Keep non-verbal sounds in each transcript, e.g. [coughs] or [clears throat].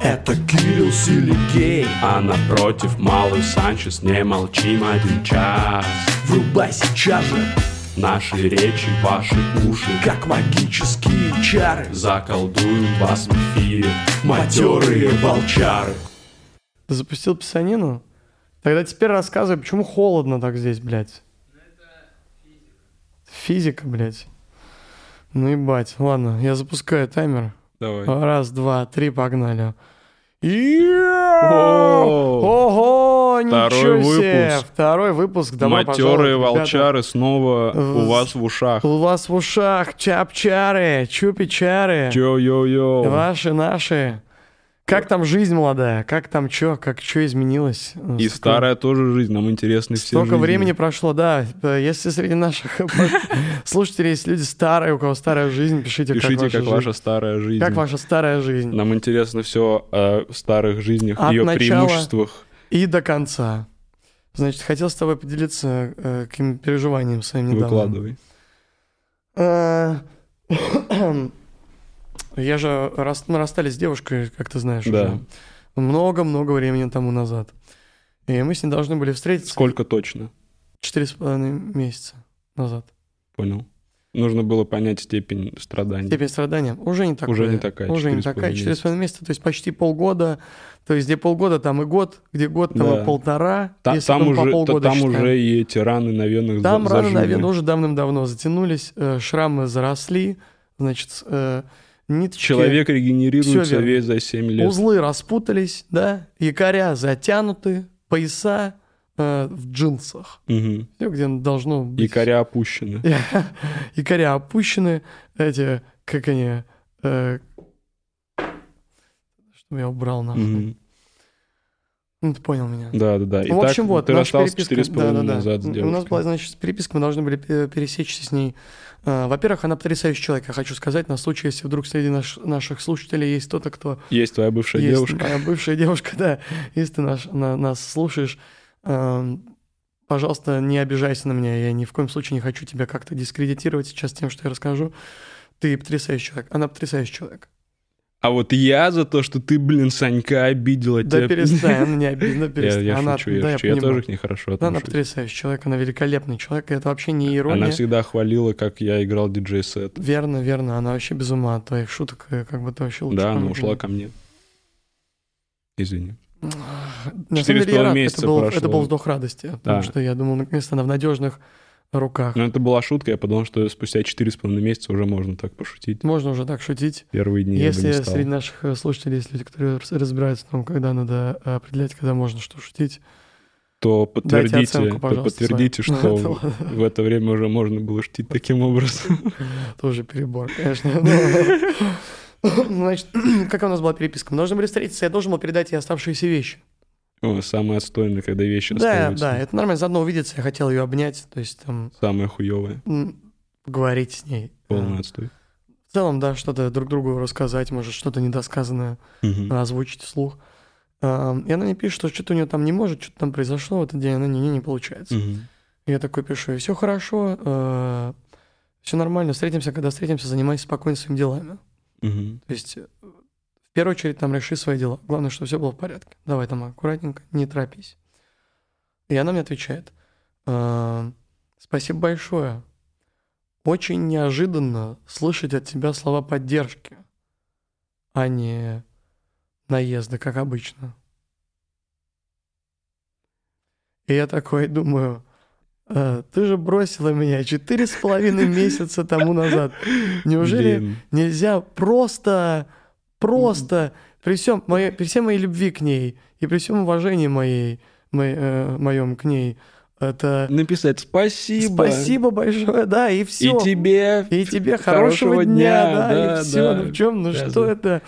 Это Кирилл Силигей А напротив малый Санчес Не молчим один час Врубай сейчас же Наши речи, ваши уши Как магические чары Заколдуют вас в эфире Матерые волчары Ты запустил писанину? Тогда теперь рассказывай, почему холодно так здесь, блядь? Физика, блядь. Ну ебать. Ладно, я запускаю таймер. Давай. Раз, два, три, погнали. Ого, ничего Второй себе! выпуск. Второй выпуск. Добро Матерые пожаловать, ребята. волчары снова у вас в ушах. У вас в ушах чапчары, чупичары. Йо-йо-йо. Ваши, наши. Как там жизнь молодая? Как там чё? Как чё изменилось? И Столько- старая тоже жизнь, нам интересны все Столько жизни. времени прошло, да. Э, Если среди наших [laughs] слушателей есть люди старые, у кого старая жизнь, пишите, Пишите, как как ваша ваша жизнь. старая жизнь. Как ваша старая жизнь. Нам интересно все о старых жизнях, От ее начала. преимуществах. И до конца. Значит, хотел с тобой поделиться э, каким переживанием своим недавно. Выкладывай. Э, [coughs] Я же рас- мы расстались с девушкой, как ты знаешь, Да. уже много-много времени тому назад. И мы с ней должны были встретиться Сколько точно? четыре с половиной месяца назад. Понял. Нужно было понять степень страданий. Степень страдания уже не такая. Уже не такая, Уже не 4,5 такая. Четыре с месяца. половиной месяца, то есть почти полгода. То есть где полгода, там и год, где год, там Да. и полтора. Та- если там мы по уже, та- полгода там считаем. уже и эти раны на венах Там за- раны, зажили. наверное, уже давным-давно затянулись, э, шрамы заросли, значит, э, ниточки... Человек регенерируется Всё верно. весь за 7 лет. Узлы распутались, да, якоря затянуты, пояса э, в джинсах. Мгм. Все, где должно быть. Якоря опущены. Якоря опущены, эти, как они... э, чтобы я убрал нахуй. Мгм. Ну, ты понял меня. Да, да, да. Ну, в общем, вот, ты наша расстался переписка- 4,5 да-да-да. назад с У нас девушкой. была, значит, переписка, мы должны были э, пересечься с ней. Э, Во-первых, она потрясающий человек, я хочу сказать, на случай, если вдруг среди наш- наших слушателей есть кто-то, кто Есть твоя бывшая есть девушка. моя бывшая девушка, да, если ты наш- на- нас слушаешь, эм, пожалуйста, не обижайся на меня, я ни в коем случае не хочу тебя как-то дискредитировать сейчас тем, что я расскажу. Ты потрясающий человек, она потрясающий человек. А вот я за то, что ты, блин, Санька обидела Да тебя. перестань, она не [laughs] обидно, Я, перестань. я Она- шучу, я да, шучу. Я, понимаю. тоже к ней хорошо Да, она отношусь. потрясающий человек, она великолепный человек, и это вообще не ирония. Она всегда хвалила, как я играл диджей-сет. Верно, верно, она вообще без ума от твоих шуток, э, как бы ты вообще лучше. Да, она помнишь. ушла ко мне. Извини. На четыре самом с деле я рад, половиной это месяца был, прошло. это был вздох радости, потому Да. что я думал, наконец-то она в надежных руках. Но это была шутка, я подумал, что спустя 4,5 месяца уже можно так пошутить. Можно уже так шутить. Первые дни Если я бы не стал. среди наших э, слушателей есть люди, которые раз- разбираются в том, когда надо э, определять, когда можно что шутить, То подтвердите, дайте оценку, то пожалуйста. подтвердите, свою. [laughs] Ну, это что ладно, в это время уже можно было шутить таким образом. [laughs] это уже перебор, конечно. но- Значит, [clears throat] какая у нас была переписка? Мы должны были встретиться, я должен был передать ей оставшиеся вещи. О, Самое отстойное, когда вещи Да, остаются. да, это нормально. Заодно увидеться, я хотел ее обнять, то есть там Самое хуевое. м, поговорить с ней. Полный Э, отстой. В целом, да, что-то друг другу рассказать, может, что-то недосказанное Мгм. озвучить вслух. Э, И она мне пишет, что что-то у нее там не может, что-то там произошло в этот день, она не, не, не получается. Мгм. Я такой пишу, все хорошо, все нормально, встретимся, когда встретимся, занимайся спокойно своими делами. Мгм. То есть, э, в первую очередь, там реши свои дела. Главное, чтобы все было в порядке. Давай там аккуратненько, не торопись. И она мне отвечает. «Э, Спасибо большое. Очень неожиданно слышать от тебя слова поддержки, а не наезда, как обычно. И я такой думаю, «Э, ты же бросила меня четыре с половиной месяца тому назад. Неужели Блин. Нельзя просто, просто, при, всем, моей- при всей моей любви к ней и при всем уважении моей, э, моем к ней, это Написать спасибо. спасибо большое, да, и И все. тебе. И тебе хорошего, дня, да, и все. да. Ну в чем, ну Да, что да. это?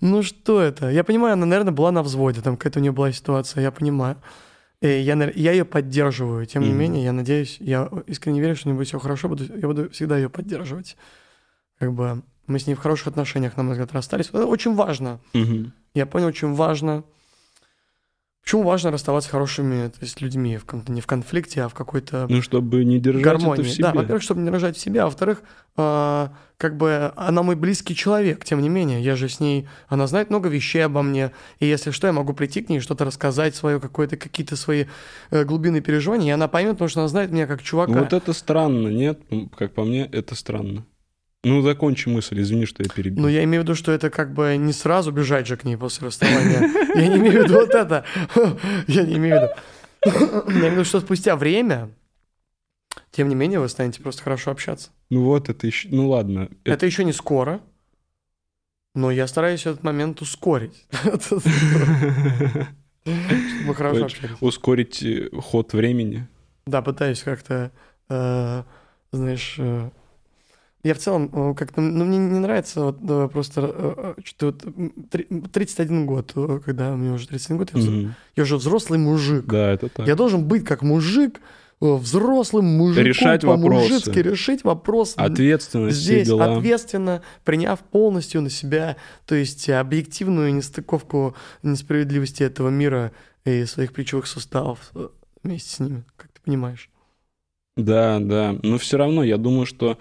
Ну что это? Я понимаю, она, наверное, была на взводе, там какая-то у нее была ситуация, я понимаю. И я, нар- я ее поддерживаю. Тем не Мгм. менее, я надеюсь, я искренне верю, что у нее будет все хорошо, буду, я буду всегда ее поддерживать. Как бы мы с ней в хороших отношениях, на мой взгляд, расстались. Это очень важно. Мгм. Я понял, очень важно, Почему важно расставаться с хорошими то есть, людьми, в кон- не в конфликте, а в какой-то Ну, чтобы не держать это в гармонии. себе. Да, во-первых, чтобы не рожать в себе, а во-вторых, а, как бы она мой близкий человек, тем не менее, я же с ней, она знает много вещей обо мне, и если что, я могу прийти к ней и что-то рассказать свое, какое-то, какие-то свои э, глубины переживания, и она поймет, потому что она знает меня как чувака. Ну, вот это странно, нет? М, Как по мне, это странно. Ну, закончи мысль, извини, что я перебил. Ну, я имею в виду, что это как бы не сразу бежать же к ней после расставания. Я не имею в виду вот это. Я не имею в виду. Я имею в виду, что спустя время, тем не менее, вы станете просто хорошо общаться. Ну, вот это еще... Ну, ладно. Это- Это еще не скоро, но я стараюсь этот момент ускорить. [laughs] Мы хорошо Хочешь общались. Ускорить э, ход времени. Да, пытаюсь как-то, э, знаешь, э, я в целом э, как-то, ну, мне не нравится вот э, просто э, э, что-то вот, м, три- м, 31 год, э, когда мне уже 31 год, я, вз- Мгм. я уже взрослый мужик. Да, это так. Я должен быть как мужик, э, взрослым мужиком, Решать вопросы. по-мужицки А решить вопрос Ответственность, все здесь дела. ответственно, приняв полностью на себя, то есть э, объективную нестыковку несправедливости этого мира и своих плечевых суставов э, вместе с ними, как ты понимаешь. Да, да. Но все равно, я думаю, что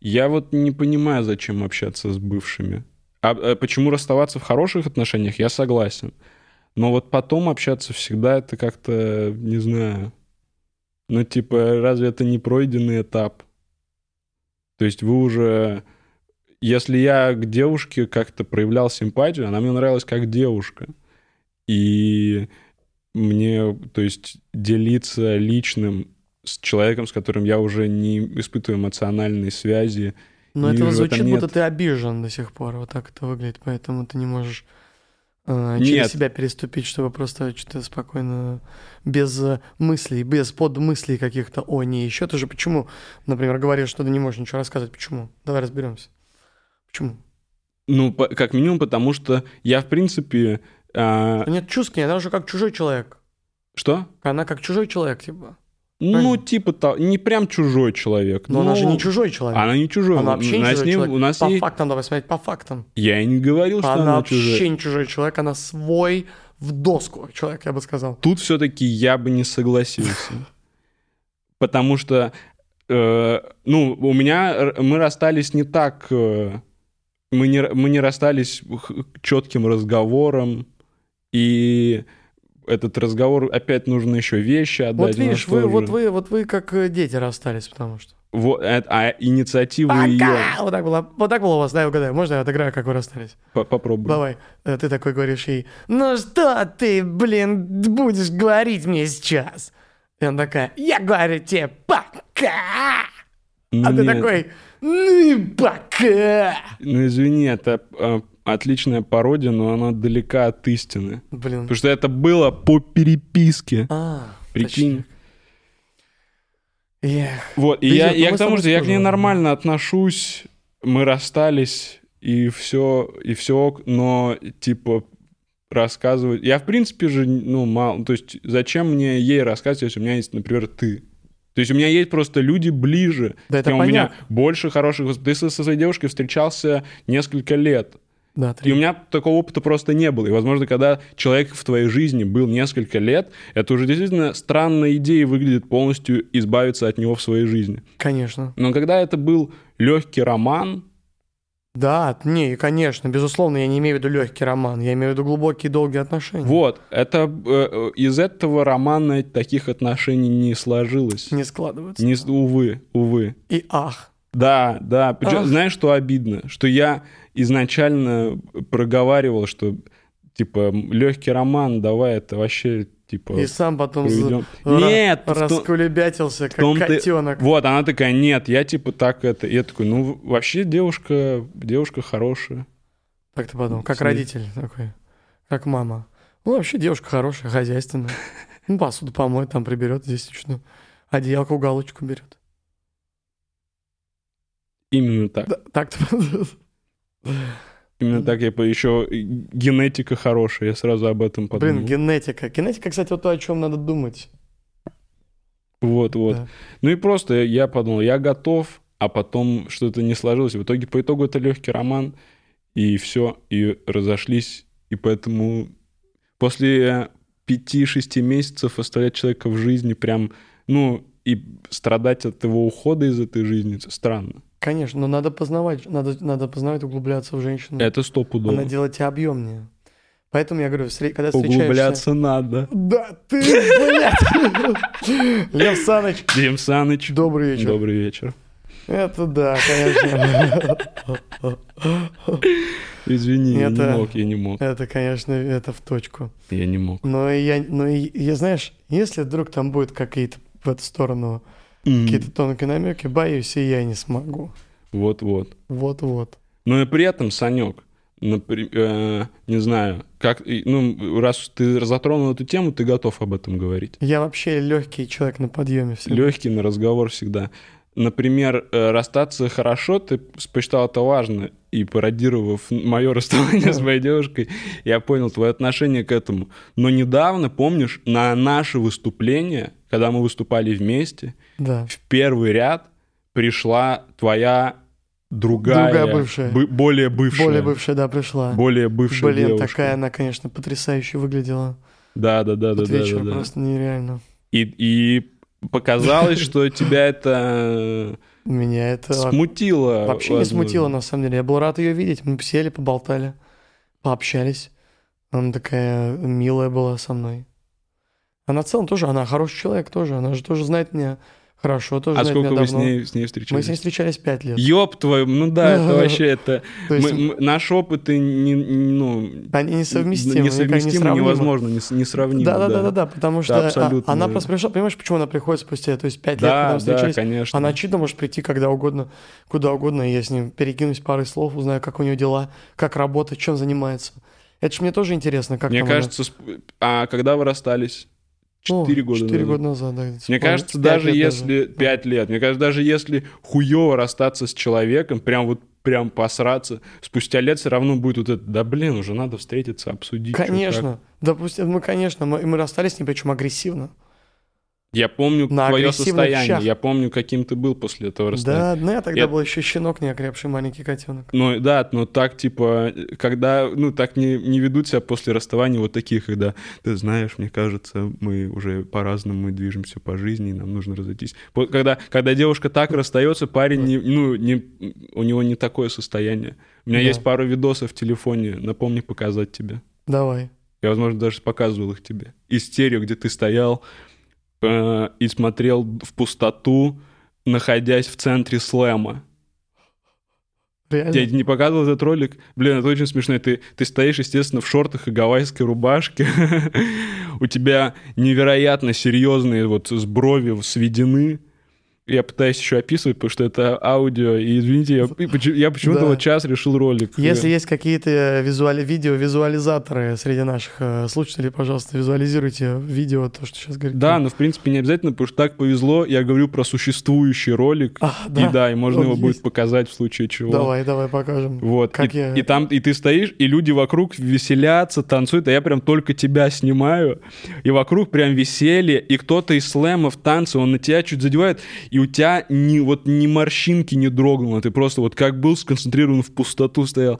я вот не понимаю, зачем общаться с бывшими. А, э, почему расставаться в хороших отношениях, я согласен. Но вот потом общаться всегда это как-то, не знаю. Ну, типа, разве это не пройденный этап? То есть вы уже... Если я к девушке как-то проявлял симпатию, она мне нравилась как девушка. И мне, то есть, делиться личным с человеком, с которым я уже не испытываю эмоциональной связи. Но Не этого вижу в этом звучит, будто нет. ты обижен до сих пор, вот так это выглядит, поэтому ты не можешь э, через Нет. себя переступить, чтобы просто что-то спокойно, без э, мыслей, без подмыслей каких-то о ней. Еще ты же почему, например, говоришь, что ты не можешь ничего рассказывать, почему? Давай разберемся. Почему? Ну, по- как минимум, потому что я, в принципе... а, Нет чувств к ней, она уже как чужой человек. что? Она как чужой человек, типа. Ну, типа, того- не прям чужой человек. Но она ну, же не чужой человек. Она не чужой. Она вообще не Нас чужой не- человек. у нас по не- фактам давай смотреть, по фактам. Я и не говорил, что Она, она, вообще чужая. не чужой человек, она свой в доску человек, я бы сказал. Тут все-таки я бы не согласился. Потому что, э, ну, у меня... р- Мы расстались не так... э, мы, не, р- мы не расстались х- четким разговором. И этот разговор опять нужно еще вещи Вот отдать. у нас видишь, вы, тоже. вот вы, вот вы как э, дети расстались, потому что. Во- э, а инициатива ее... А, вот так было, вот так было у вас, да, я угадаю. Можно я отыграю, как вы расстались? По- Попробуй. Давай, Э, ты такой говоришь ей, ну что ты, блин, будешь говорить мне сейчас? И она такая, я говорю тебе пока. А ты Нет. такой, ну и пока. Ну, извини, это э, отличная пародия, но она далека от истины. Блин. Потому что это было по переписке. А, Прикинь. точно. Эх. Вот, и Ты я, же- ну, я мы к с тому, тобой что я к ней тоже, да. нормально отношусь, мы расстались, и все, и все, но, типа, рассказывать... Я, в принципе же, ну, мало... То есть, зачем мне ей рассказывать, если у меня есть, например, ты? То есть у меня есть просто люди ближе. Да это у меня понятно. больше хороших... восп- Ты со со своей девушкой встречался несколько лет. Да, И три. у меня такого опыта просто не было. И, возможно, когда человек в твоей жизни был несколько лет, это уже действительно странная идея выглядит полностью избавиться от него в своей жизни. Конечно. Но когда это был легкий роман, Да, не, и конечно, безусловно, я не имею в виду легкий роман, я имею в виду глубокие и долгие отношения. вот, это э, э, из этого романа таких отношений не сложилось. Не складываются. Не, с- увы, увы. И ах. Да, да. Причем, Ах. знаешь, что обидно? Что я изначально проговаривал, что типа легкий роман, давай это вообще типа. И сам потом за- проведем. ра- Нет, в том- раскулебятился, как том-то- котенок. Вот, она такая, нет, я типа так это. И я такой, ну, в- вообще девушка, девушка хорошая. Так ты подумал, как Смотри. родитель такой, как мама. Ну, вообще девушка хорошая, хозяйственная. Ну, посуду помоет, там приберет, здесь что одеялку, галочку берет. Именно так. Да, так [laughs] ты подумал. Именно так я по... еще и генетика хорошая, я сразу об этом подумал. Блин, генетика. Генетика, кстати, вот то, о чем надо думать. Вот, вот. Да. Ну и просто я подумал, я готов, а потом что-то не сложилось. В итоге, по итогу, это легкий роман, и все, и разошлись. И поэтому после 5-6 месяцев оставлять человека в жизни прям, ну, и страдать от его ухода из этой жизни, это странно. Конечно, но надо познавать, надо, надо познавать, углубляться в женщину. Это Она стопудово. делает тебя объемнее. Поэтому я говорю, встре- когда встречаешься... Углубляться надо. Да ты, блядь! Лев Саныч, Дим Саныч, добрый вечер. добрый вечер. Это да, конечно. Извини, я Это- не мог, я не мог. Это, конечно, это в точку. Я не мог. Но и я, но и, я, знаешь, если вдруг там будет какие-то в эту сторону М, какие-то тонкие намеки, боюсь, и я не смогу. Вот-вот. Вот-вот. Но и при этом, Санек, напри- э, не знаю, как, и, ну, раз ты затронул эту тему, ты готов об этом говорить. Я вообще легкий человек на подъеме всегда. Легкий на разговор всегда. Например, э, расстаться хорошо, ты посчитал это важно, и пародировав мое расставание с моей девушкой, я понял твое отношение к этому. Но недавно, помнишь, на наше выступление, когда мы выступали вместе, Да. в первый ряд пришла твоя другая, Другая бывшая. бы- более бывшая, Более бывшая, да, пришла. более бывшая Блин, девушка. такая она, конечно, потрясающе выглядела. Да, да, да, да, Тот да, вечер да, да. просто нереально. И, и показалось, что тебя [laughs] это Меня это смутило. вообще не возможно. смутило, на самом деле. Я был рад ее видеть. Мы сели, поболтали, пообщались. Она такая милая была со мной. Она в целом тоже, она хороший человек тоже. Она же тоже знает меня хорошо, тоже А знает сколько меня вы с давно. ней, с ней Мы с ней встречались? встречались пять лет. Ёб твою, ну да, [laughs] это вообще это... То есть мы- мы- наш опыт и не, не- ну, они несовместимы, никак не несовместимы, сравнимы. невозможно, не, с- не сравнимо. Да, да, да, да, да, потому что а, абсолютно. она просто пришла, понимаешь, почему она приходит спустя, то есть пять лет, когда Да, мы да, встречались, конечно. она чидо может прийти когда угодно, куда угодно, и я с ним перекинусь парой слов, узнаю, как у нее дела, как работа, чем занимается. Это же мне тоже интересно, как Мне там она- кажется, сп- а когда вы расстались? Ну, Четыре года четыре назад. года назад, да. где-то Мне вспомнил. кажется, Пять даже лет если... Пять лет. Мне кажется, даже если хуёво расстаться с человеком, прям вот прям посраться, спустя лет все равно будет вот это, да блин, уже надо встретиться, обсудить. чё, как». Конечно. Допустим, мы, конечно, мы, мы расстались с ней, причем агрессивно. Я помню На твое агрессивных состояние, щах. я помню, каким ты был после этого расставания. Да, ну я тогда Я- был еще щенок неокрепший, маленький котенок. Ну да, но так типа, когда, ну так не, не ведут себя после расставания вот такие, когда, ты знаешь, мне кажется, мы уже по-разному движемся по жизни, и нам нужно разойтись. Вот когда, когда девушка так расстается, парень, не, ну, не, у него не такое состояние. У меня Да. есть пару видосов в телефоне, напомни показать тебе. Давай. Я, возможно, даже показывал их тебе. Из стерео, где ты стоял э, и смотрел в пустоту, находясь в центре слэма. Реально? Я не показывал этот ролик. Блин, это очень смешно. Ты, ты стоишь, естественно, в шортах и гавайской рубашке. [laughs] У тебя невероятно серьезные вот с брови сведены. Я пытаюсь еще описывать, потому что это аудио. И извините, я, и поч- я почему-то Да. вот час решил ролик. Если есть какие-то э, визуали... видео-визуализаторы среди наших э, слушателей, пожалуйста, визуализируйте видео, то, что сейчас говорит. Да, но в принципе не обязательно, потому что так повезло. Я говорю про существующий ролик. А, да. И да, и можно Он его есть. будет показать в случае чего. Давай, давай покажем. ну, Вот. Как и, я... и там, и ты стоишь, и люди вокруг веселятся, танцуют, а я прям только тебя снимаю, и вокруг прям веселье, и кто-то из слэмов танцы, он на тебя чуть задевает, и у тебя ни, вот ни морщинки не дрогнуло, ты просто вот как был сконцентрирован в пустоту стоял.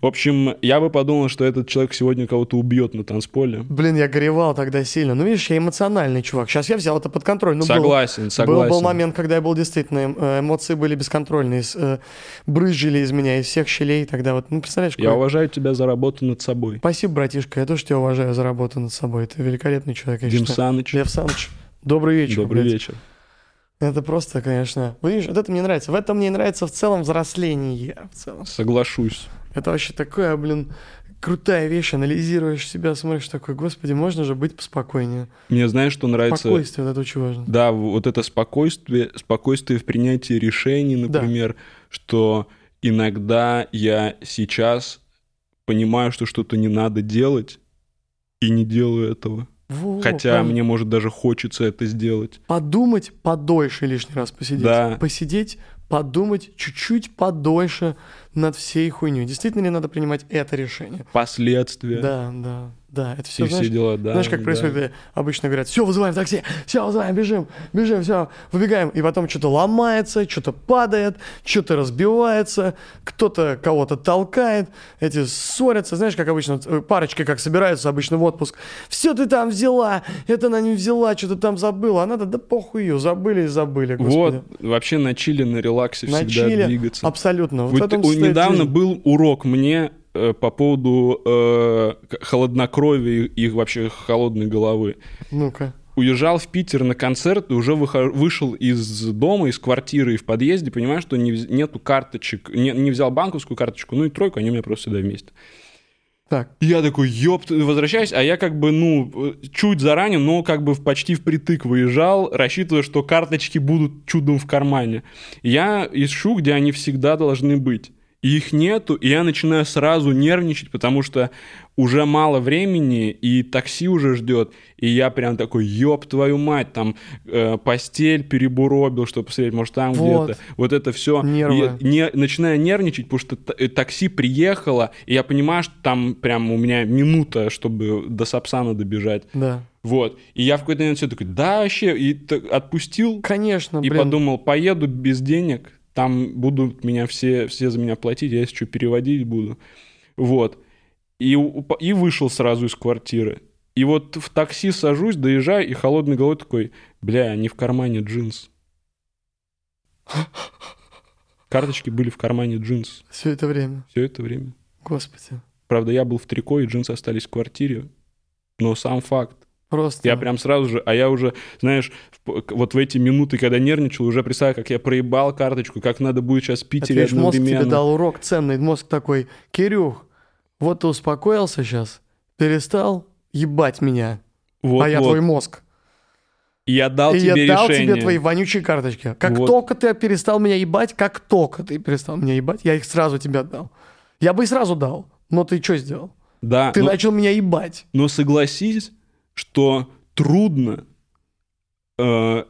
В общем, я бы подумал, что этот человек сегодня кого-то убьет на танцполе. Блин, я горевал тогда сильно. Ну, видишь, я эмоциональный чувак. Сейчас я взял это под контроль. Ну, был- согласен, согласен. Был, был момент, когда я был действительно, эм, э, эмоции были бесконтрольные, с- э, брызжили из меня, из всех щелей тогда вот. Ну, представляешь, Я какой- уважаю тебя за работу над собой. Спасибо, братишка, я тоже тебя уважаю за работу над собой. Ты великолепный человек, я Дим считаю. Саныч, Лев Саныч, добрый вечер. добрый блядь. вечер. Это просто, конечно. Видишь, вот это мне нравится. В этом мне нравится в целом взросление. В целом. Соглашусь. Это вообще такая, блин, крутая вещь. Анализируешь себя, смотришь такой, господи, можно же быть поспокойнее. Мне знаешь, что нравится... Спокойствие, вот это очень важно. Да, в- вот это спокойствие, спокойствие в принятии решений, Да. например, что иногда я сейчас понимаю, что что-то не надо делать, и не делаю этого. Во, Хотя Ну, правильно. мне, может, даже хочется это сделать. Подумать подольше лишний раз посидеть. Да. Посидеть, подумать чуть-чуть подольше над всей хуйней. Действительно ли надо принимать это решение? Последствия. Да, да, Да, это все, И знаешь, все дела, да. знаешь, как да. происходит? э, Обычно говорят, все, вызываем такси, все, вызываем, бежим, бежим, все, выбегаем. И потом что-то ломается, что-то падает, что-то разбивается, кто-то кого-то толкает, эти ссорятся. Знаешь, как обычно, вот, э, парочки как собираются обычно в отпуск. Все ты там взяла, это она не взяла, что-то там забыла. А надо, да похуй ее, забыли и забыли, господи. Вот, вообще на чиле, на релаксе На всегда чиле двигаться. абсолютно. Вот в Вот этом у- состоит недавно жизнь. был урок мне э, по поводу э, к- холоднокровия и их вообще холодной головы. Ну-ка. Уезжал в Питер на концерт и уже выхо- вышел из дома, из квартиры и в подъезде, понимаешь, что не вз- нету карточек, не, не взял банковскую карточку, ну и тройку, они у меня просто всегда вместе. Так, И Я такой, ёпт, возвращаюсь, а я как бы, ну, э, чуть заранее, но как бы в- почти впритык выезжал, рассчитывая, что карточки будут чудом в кармане. Я ищу, где они всегда должны быть. И их нету, и я начинаю сразу нервничать, потому что уже мало времени, и такси уже ждет. И я прям такой, ёб твою мать, там э, постель перебуробил, чтобы посмотреть, может, там Вот. где-то. Вот это все. Нервы. типа, И не, начинаю нервничать, потому что та- э, такси приехало, и я понимаю, что там прям у меня минута, чтобы до Сапсана добежать. да. Вот. И я в какой-то момент все такой, да, вообще, и т- отпустил, Конечно, и Ну, блин. подумал, поеду без денег, там будут меня все, все за меня платить, я еще переводить буду. Вот. И, у- по- и вышел сразу из квартиры. И вот в такси сажусь, доезжаю, и холодный головой такой, бля, не в кармане джинс. Карточки были в кармане джинс Все это время. все это время. Господи. Правда, я был в трико, и джинсы остались в квартире. Но сам факт. Просто. Я прям сразу же, а я уже, знаешь, в п- к- вот в эти минуты, когда нервничал, уже представил, как я проебал карточку, как надо будет сейчас в Это, Питере видишь, А мозг тебе одновременно. дал урок ценный. Мозг такой, Кирюх, вот ты успокоился сейчас, перестал ебать меня, Вот, а я вот. твой мозг. И я дал И А тебе я дал решение. тебе твои вонючие карточки. Как Вот. только ты перестал меня ебать, как только ты перестал меня ебать, я их сразу тебе отдал. Я бы и сразу дал, но ты что сделал? Да, Ты но, начал меня ебать. но согласись, что трудно э,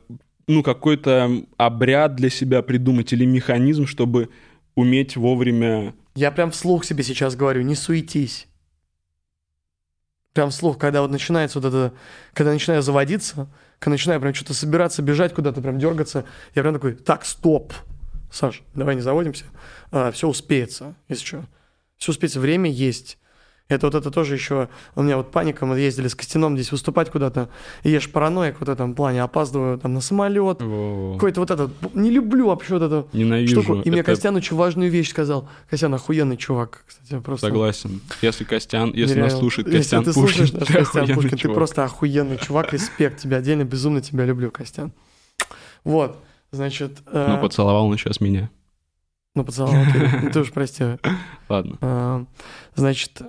ну, какой-то обряд для себя придумать или механизм, чтобы уметь вовремя... Я прям вслух себе сейчас говорю, не суетись. Прям вслух, когда вот начинается вот это, когда начинаю заводиться, когда начинаю прям что-то собираться, бежать куда-то, прям дергаться, я прям такой, так, стоп, Саш, давай не заводимся, все успеется, если что. Все успеется, время есть. Это вот это тоже еще, у меня вот паника, мы ездили с Костяном здесь выступать куда-то, и я ж параноик вот в этом плане, опаздываю там на самолет, какой-то вот этот, не люблю вообще вот это Ненавижу. штуку. И мне Это- Костян очень важную вещь сказал. Костян охуенный чувак, кстати, просто. Согласен. Если Костян, если нас нереально. слушает Если Костян ты Пушкин, слушаешь [laughs] наш ты Костян охуенный Пушкин, ты чувак. просто охуенный чувак, респект тебе отдельно, безумно тебя люблю, Костян. Вот, значит... э, Но Ну, поцеловал он сейчас меня. ну, поцеловал ты, ну, ты уж прости. Ладно. Э, Значит,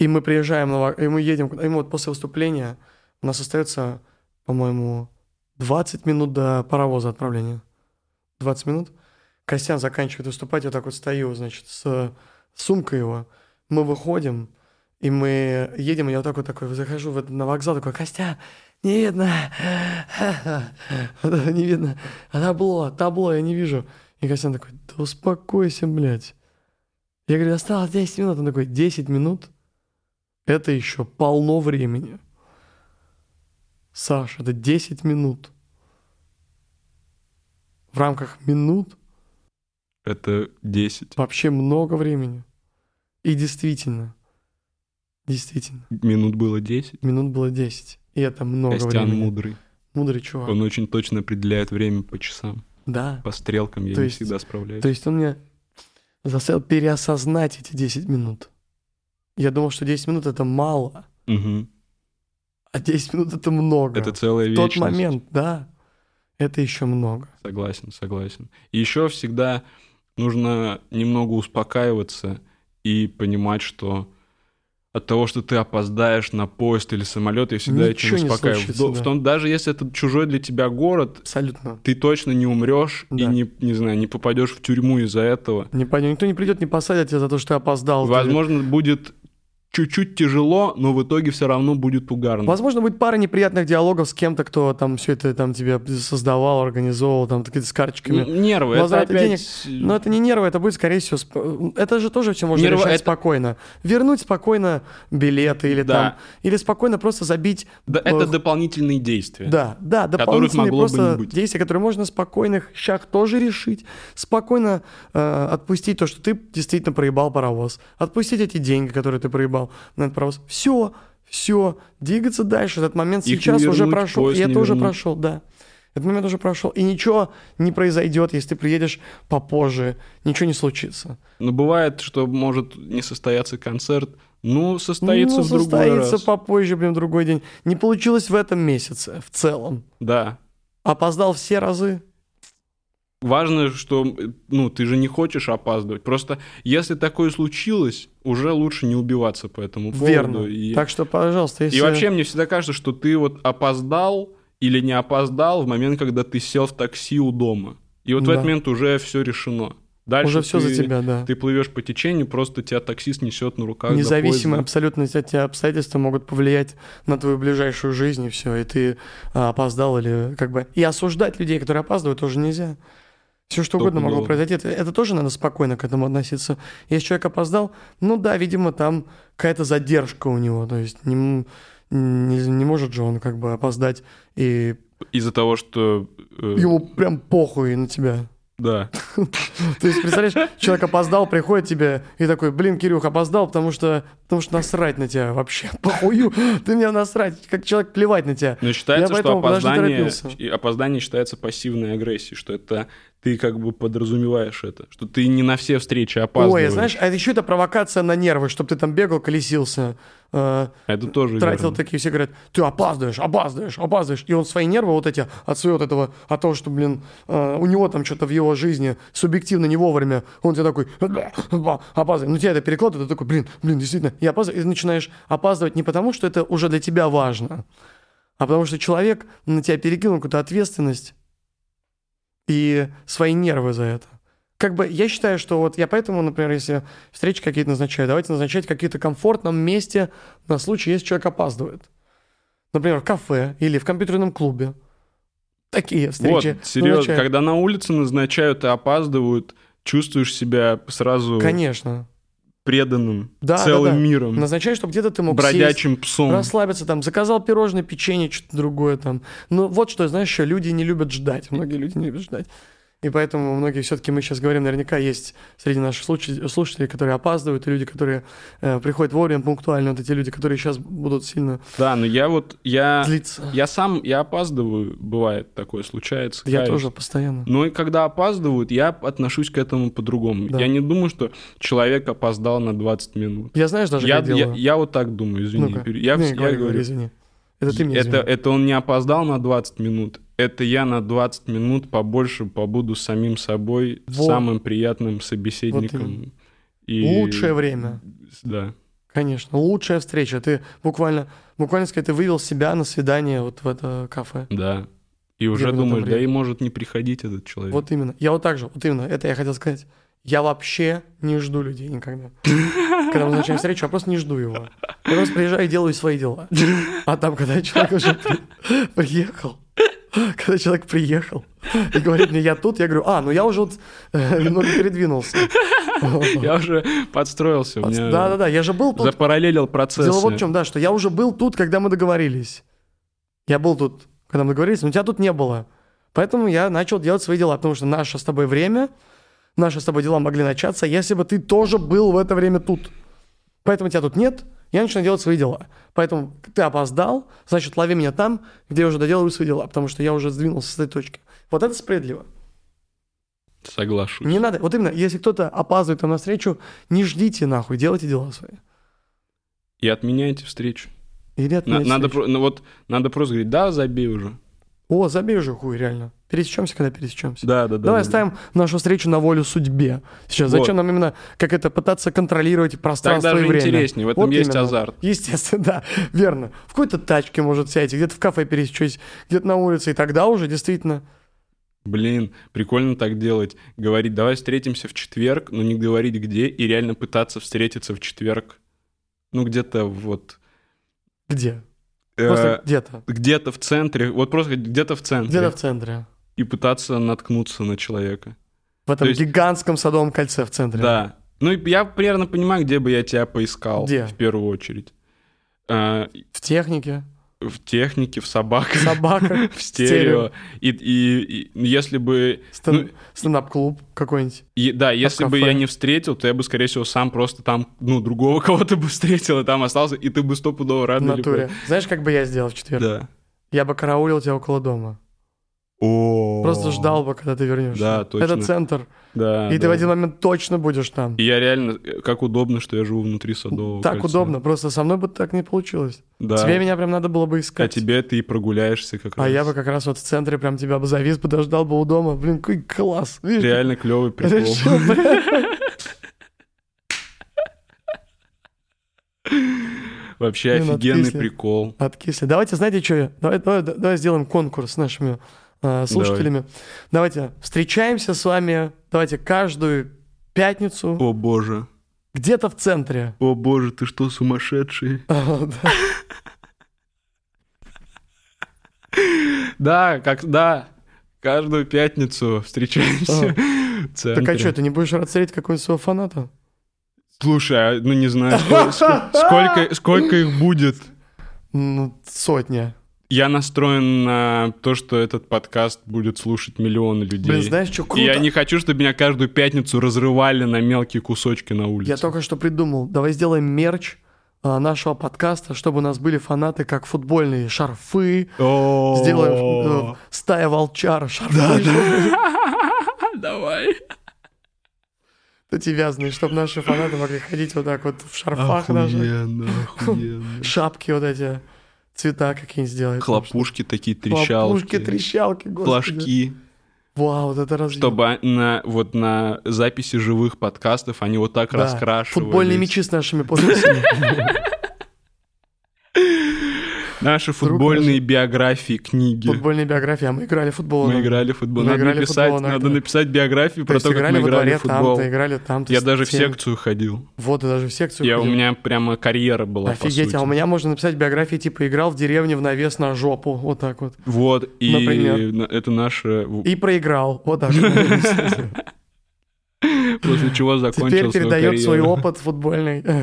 и мы приезжаем, на Ва- и мы едем, куда- и мы вот после выступления у нас остается, по-моему, 20 минут до паровоза отправления. 20 минут. Костян заканчивает выступать, я так вот стою, значит, с сумкой его. Мы выходим, и мы едем, и я вот так вот такой захожу в этот- на вокзал, такой, Костя, не видно, [laughs] Да, не видно, А табло, табло я не вижу. И Костян такой, да успокойся, блядь. Я говорю, осталось 10 минут. Он такой, 10 минут? Это еще полно времени. Саш, это 10 минут. В рамках минут Это 10 вообще много времени. И действительно, действительно, минут было 10. минут было 10. И это много Костян времени. мудрый. Мудрый чувак. Он очень точно определяет время по часам. Да. По стрелкам я То не есть- всегда справляюсь. То есть он меня заставил переосознать эти 10 минут. Я думал, что 10 минут это мало, Мгм. а 10 минут это много. Это целая В тот вечность. момент, да, это еще много. Согласен, согласен. И еще всегда нужно немного успокаиваться и понимать, что от того, что ты опоздаешь на поезд или самолет, я всегда Ничего не этим успокаиваюсь. случится, В до- да. в том, даже если это чужой для тебя город, Абсолютно. ты точно не умрешь и Да. не, не знаю, не попадешь в тюрьму из-за этого. Не пойдем, никто не придет, не посадят тебя за то, что ты опоздал. Возможно, будет чуть-чуть тяжело, но в итоге все равно будет угарно. Возможно, будет пара неприятных диалогов с кем-то, кто там все это там тебе создавал, организовал, там так, с карточками. Н- Нервы, это Возврат опять... денег. ну, Но это не нервы, это будет, скорее всего, сп- это же тоже все можно Нервы решать это- спокойно. Вернуть спокойно билеты или Да. там, или спокойно просто забить. Да, э, это дополнительные действия. да, да, которых дополнительные могло бы просто не быть. действия, которые можно спокойно в щах тоже решить, спокойно э, отпустить то, что ты действительно проебал паровоз, отпустить эти деньги, которые ты проебал на этот паровоз. Все, все, двигаться дальше. Этот момент Их не сейчас уже вернуть, прошел, и поезд это не уже вернуть. прошел, да. Этот момент уже прошел, и ничего не произойдет, если ты приедешь попозже, ничего не случится. Но бывает, что может не состояться концерт, ну, состоится Ну, в другой состоится раз. попозже, блин, в другой день. Не получилось в этом месяце в целом. Да. Опоздал все разы. Важно, что ну, ты же не хочешь опаздывать. Просто если такое случилось, уже лучше не убиваться по этому поводу. Верно. И, Так что, пожалуйста, если... и вообще мне всегда кажется, что ты вот опоздал или не опоздал в момент, когда ты сел в такси у дома. И вот в Да. этот момент уже все решено. Дальше Уже все ты- за тебя, да. Ты плывешь по течению, просто тебя таксист несет на руках. до Независимые поезда. абсолютно от тебя обстоятельства могут повлиять на твою ближайшую жизнь, и все, и ты а, опоздал или как бы... И осуждать людей, которые опаздывают, тоже нельзя. Все что угодно могло Стопудово. произойти. Это, это тоже надо спокойно к этому относиться. Если человек опоздал, ну да, видимо, там какая-то задержка у него. То есть не, м- не, не может же он как бы опоздать, и Из-за того, что... э, ему прям похуй на тебя. Да. То есть, представляешь, человек опоздал, приходит тебе и такой, блин, Кирюх, опоздал, потому что, потому что насрать на тебя вообще. [laughs] Похую, ты меня насрать, как человек плевать на тебя. Но считается, Я что поэтому даже не опоздание, торопился. и опоздание считается пассивной агрессией, что это ты как бы подразумеваешь это, что ты не на все встречи опаздываешь. Ой, знаешь, а еще это провокация на нервы, чтобы ты там бегал, колесился, э, А это тоже тратил верно. такие, все говорят, ты опаздываешь, опаздываешь, опаздываешь. И он свои нервы вот эти от своего вот этого, от того, что, блин, э, у него там что-то в его жизни субъективно не вовремя, он тебе такой, «Бля, ба, опаздывай. Ну, тебя это перекладывает, ты такой, блин, блин, действительно, я опаздываю. И ты начинаешь опаздывать не потому, что это уже для тебя важно, а потому что человек на тебя перекинул какую-то ответственность и свои нервы за это. Как бы я считаю, что вот я поэтому, например, если встречи какие-то назначаю, давайте назначать в какие-то комфортном месте на случай, если человек опаздывает. Например, в кафе или в компьютерном клубе. Такие Вот, встречи. серьезно, назначают. когда на улице назначают и опаздывают, чувствуешь себя сразу Конечно. преданным Да, целым да, да. миром, Назначай, чтобы где-то ты мог сесть. бродячим псом. Расслабиться там, заказал пирожное, печенье, что-то другое там. Ну вот что, знаешь, еще люди не любят ждать, многие люди не любят ждать. И поэтому многие все-таки мы сейчас говорим, наверняка есть среди наших случ- слушателей, которые опаздывают, и люди, которые э, приходят вовремя, пунктуально, вот эти люди, которые сейчас будут сильно Да, но я вот, я, злиться. я сам, я опаздываю, бывает такое, случается. Я каюсь. тоже постоянно. Но и когда опаздывают, я отношусь к этому по-другому. Да. Я не думаю, что человек опоздал на 20 минут. Я знаешь даже, Я, как делаю? я, я вот так думаю, извини. Ну-ка. пере- Я, Не, вс- я говори, говори, говорю, извини. Это ты мне это, извини. это он не опоздал на 20 минут, это я на 20 минут побольше побуду с самим собой, Во. самым приятным собеседником. именно. И- Лучшее время. Да. Конечно, лучшая встреча. Ты буквально, буквально сказать, ты вывел себя на свидание вот в это кафе. Да. И уже Именно думаешь, это да время. и может не приходить этот человек. Вот именно. Я вот так же, вот именно, это я хотел сказать. Я вообще не жду людей никогда. Когда мы назначаем встречу, я просто не жду его. Я просто приезжаю и делаю свои дела. А там, когда человек уже при- приехал, когда человек приехал и говорит мне, я тут, я говорю, а, ну я уже вот э, немного передвинулся. [laughs] Я уже подстроился. у меня Да-да-да, я же был тут. Запараллелил процессы. Дело вот в чем, да, что я уже был тут, когда мы договорились. Я был тут, когда мы договорились, но тебя тут не было. Поэтому я начал делать свои дела, потому что наше с тобой время, наши с тобой дела могли начаться, если бы ты тоже был в это время тут. Поэтому тебя тут нет, я начинаю делать свои дела. Поэтому ты опоздал, значит, лови меня там, где я уже доделываю свои дела, потому что я уже сдвинулся с этой точки. Вот это справедливо. Соглашусь. Не надо, вот именно, если кто-то опаздывает вам навстречу, не ждите нахуй, делайте дела свои. И отменяйте встречу. Или На- отменяйте надо, встречу. про- ну вот, надо просто говорить, да, забей уже. О, забей уже хуй, реально. Пересечемся, когда пересечемся. Да, да, да. Давай да, да. оставим нашу встречу на волю судьбе. Сейчас Вот. зачем нам именно как это пытаться контролировать Так пространство даже и время? интереснее, в этом Вот есть именно. азарт. Естественно, [laughs] да, верно. В какой-то тачке может сядете, где-то в кафе пересечусь, где-то на улице, и тогда уже действительно. Блин, прикольно так делать. Говорить, давай встретимся в четверг, но не говорить где, и реально пытаться встретиться в четверг Ну, где-то вот... Где? э, Просто где-то. Где-то в центре, вот просто где-то в центре. Где-то в центре. И пытаться наткнуться на человека. В этом То есть- гигантском садовом кольце в центре. Да. Ну, и я примерно понимаю, где бы я тебя поискал. Где? В первую очередь. А, и В технике, в технике, в собаках, в собаках, [laughs] в стерео. И, и- и если бы... стен- стендап-клуб какой-нибудь. и- да, если бы кафе. я не встретил, то я бы, скорее всего, сам просто там, ну, другого [laughs] кого-то бы встретил, и там остался, и ты бы стопудово рад. В или натуре. Знаешь, как бы я сделал в бы- четверг? Да. Я бы караулил тебя около дома. О. Просто ждал бы, когда ты вернешься. Да, точно. Это центр. Да. и ты да. в один момент точно будешь там. И я реально, э, как удобно, что я живу внутри садового так кольца. удобно. Просто со мной бы так не получилось. Да. Тебе меня прям надо было бы А искать. тебе ты и прогуляешься как А раз. я бы как раз вот в центре прям тебя бы завис, подождал бы у дома. Блин, какой класс. Видишь, [laughs] Реально клевый как прикол. решил, блин. Вообще Блин, офигенный отлично. прикол. Откисли. Давайте, знаете, что? Давай, давай, давай сделаем конкурс с нашими э, слушателями. Давайте встречаемся с вами. Давайте каждую пятницу О боже. где-то в центре. [laughs] а О боже, ты что, сумасшедший? Да. Да, как, да. Каждую пятницу встречаемся в Так а центре. что, ты не будешь рад встретить какого-нибудь своего фаната? Слушай, а, ну не [laughs] знаю, сколько, сколько, сколько их будет. Ну, сотня. Я настроен на то, что этот подкаст будет слушать миллионы людей. Блин, знаешь, что И круто? я не хочу, чтобы меня каждую пятницу разрывали на мелкие кусочки на улице. Я только что придумал. Давай сделаем мерч а, нашего подкаста, чтобы у нас были фанаты как футбольные шарфы. О, [laughs] Сделаем э, стая волчара, шарфы. Давай. эти вязаные, чтобы наши фанаты могли ходить вот так вот в шарфах наших, Охуенно, [laughs] охуенно. шапки вот эти, цвета какие-нибудь сделать. Хлопушки такие Хлопушки, трещалки. трещалки, господи. Флажки, Вау, вот это разъем. чтобы на, вот на записи живых подкастов они вот так Да. раскрашивались. Футбольные мячи с нашими подписями. [laughs] Наши футбольные биографии, книги. Футбольные биографии, а мы играли в футбол. Мы Ну, играли в футбол. Мы Надо играли в написать, футбол, надо да. написать биографию То про есть то, как играли мы во играли дворе в футбол. там-то, играли там-то. Я с даже в теми. секцию ходил. Вот, ты даже в секцию Я, у ходил. меня прямо карьера была, по Офигеть, а у сути. меня можно написать биографии, типа, играл в деревне в навес на жопу, вот так вот. Вот, и Например. на- это наше... в- И проиграл, [laughs] вот так вот. После чего Теперь закончил свою передает свой карьеру. опыт футбольный. [laughs]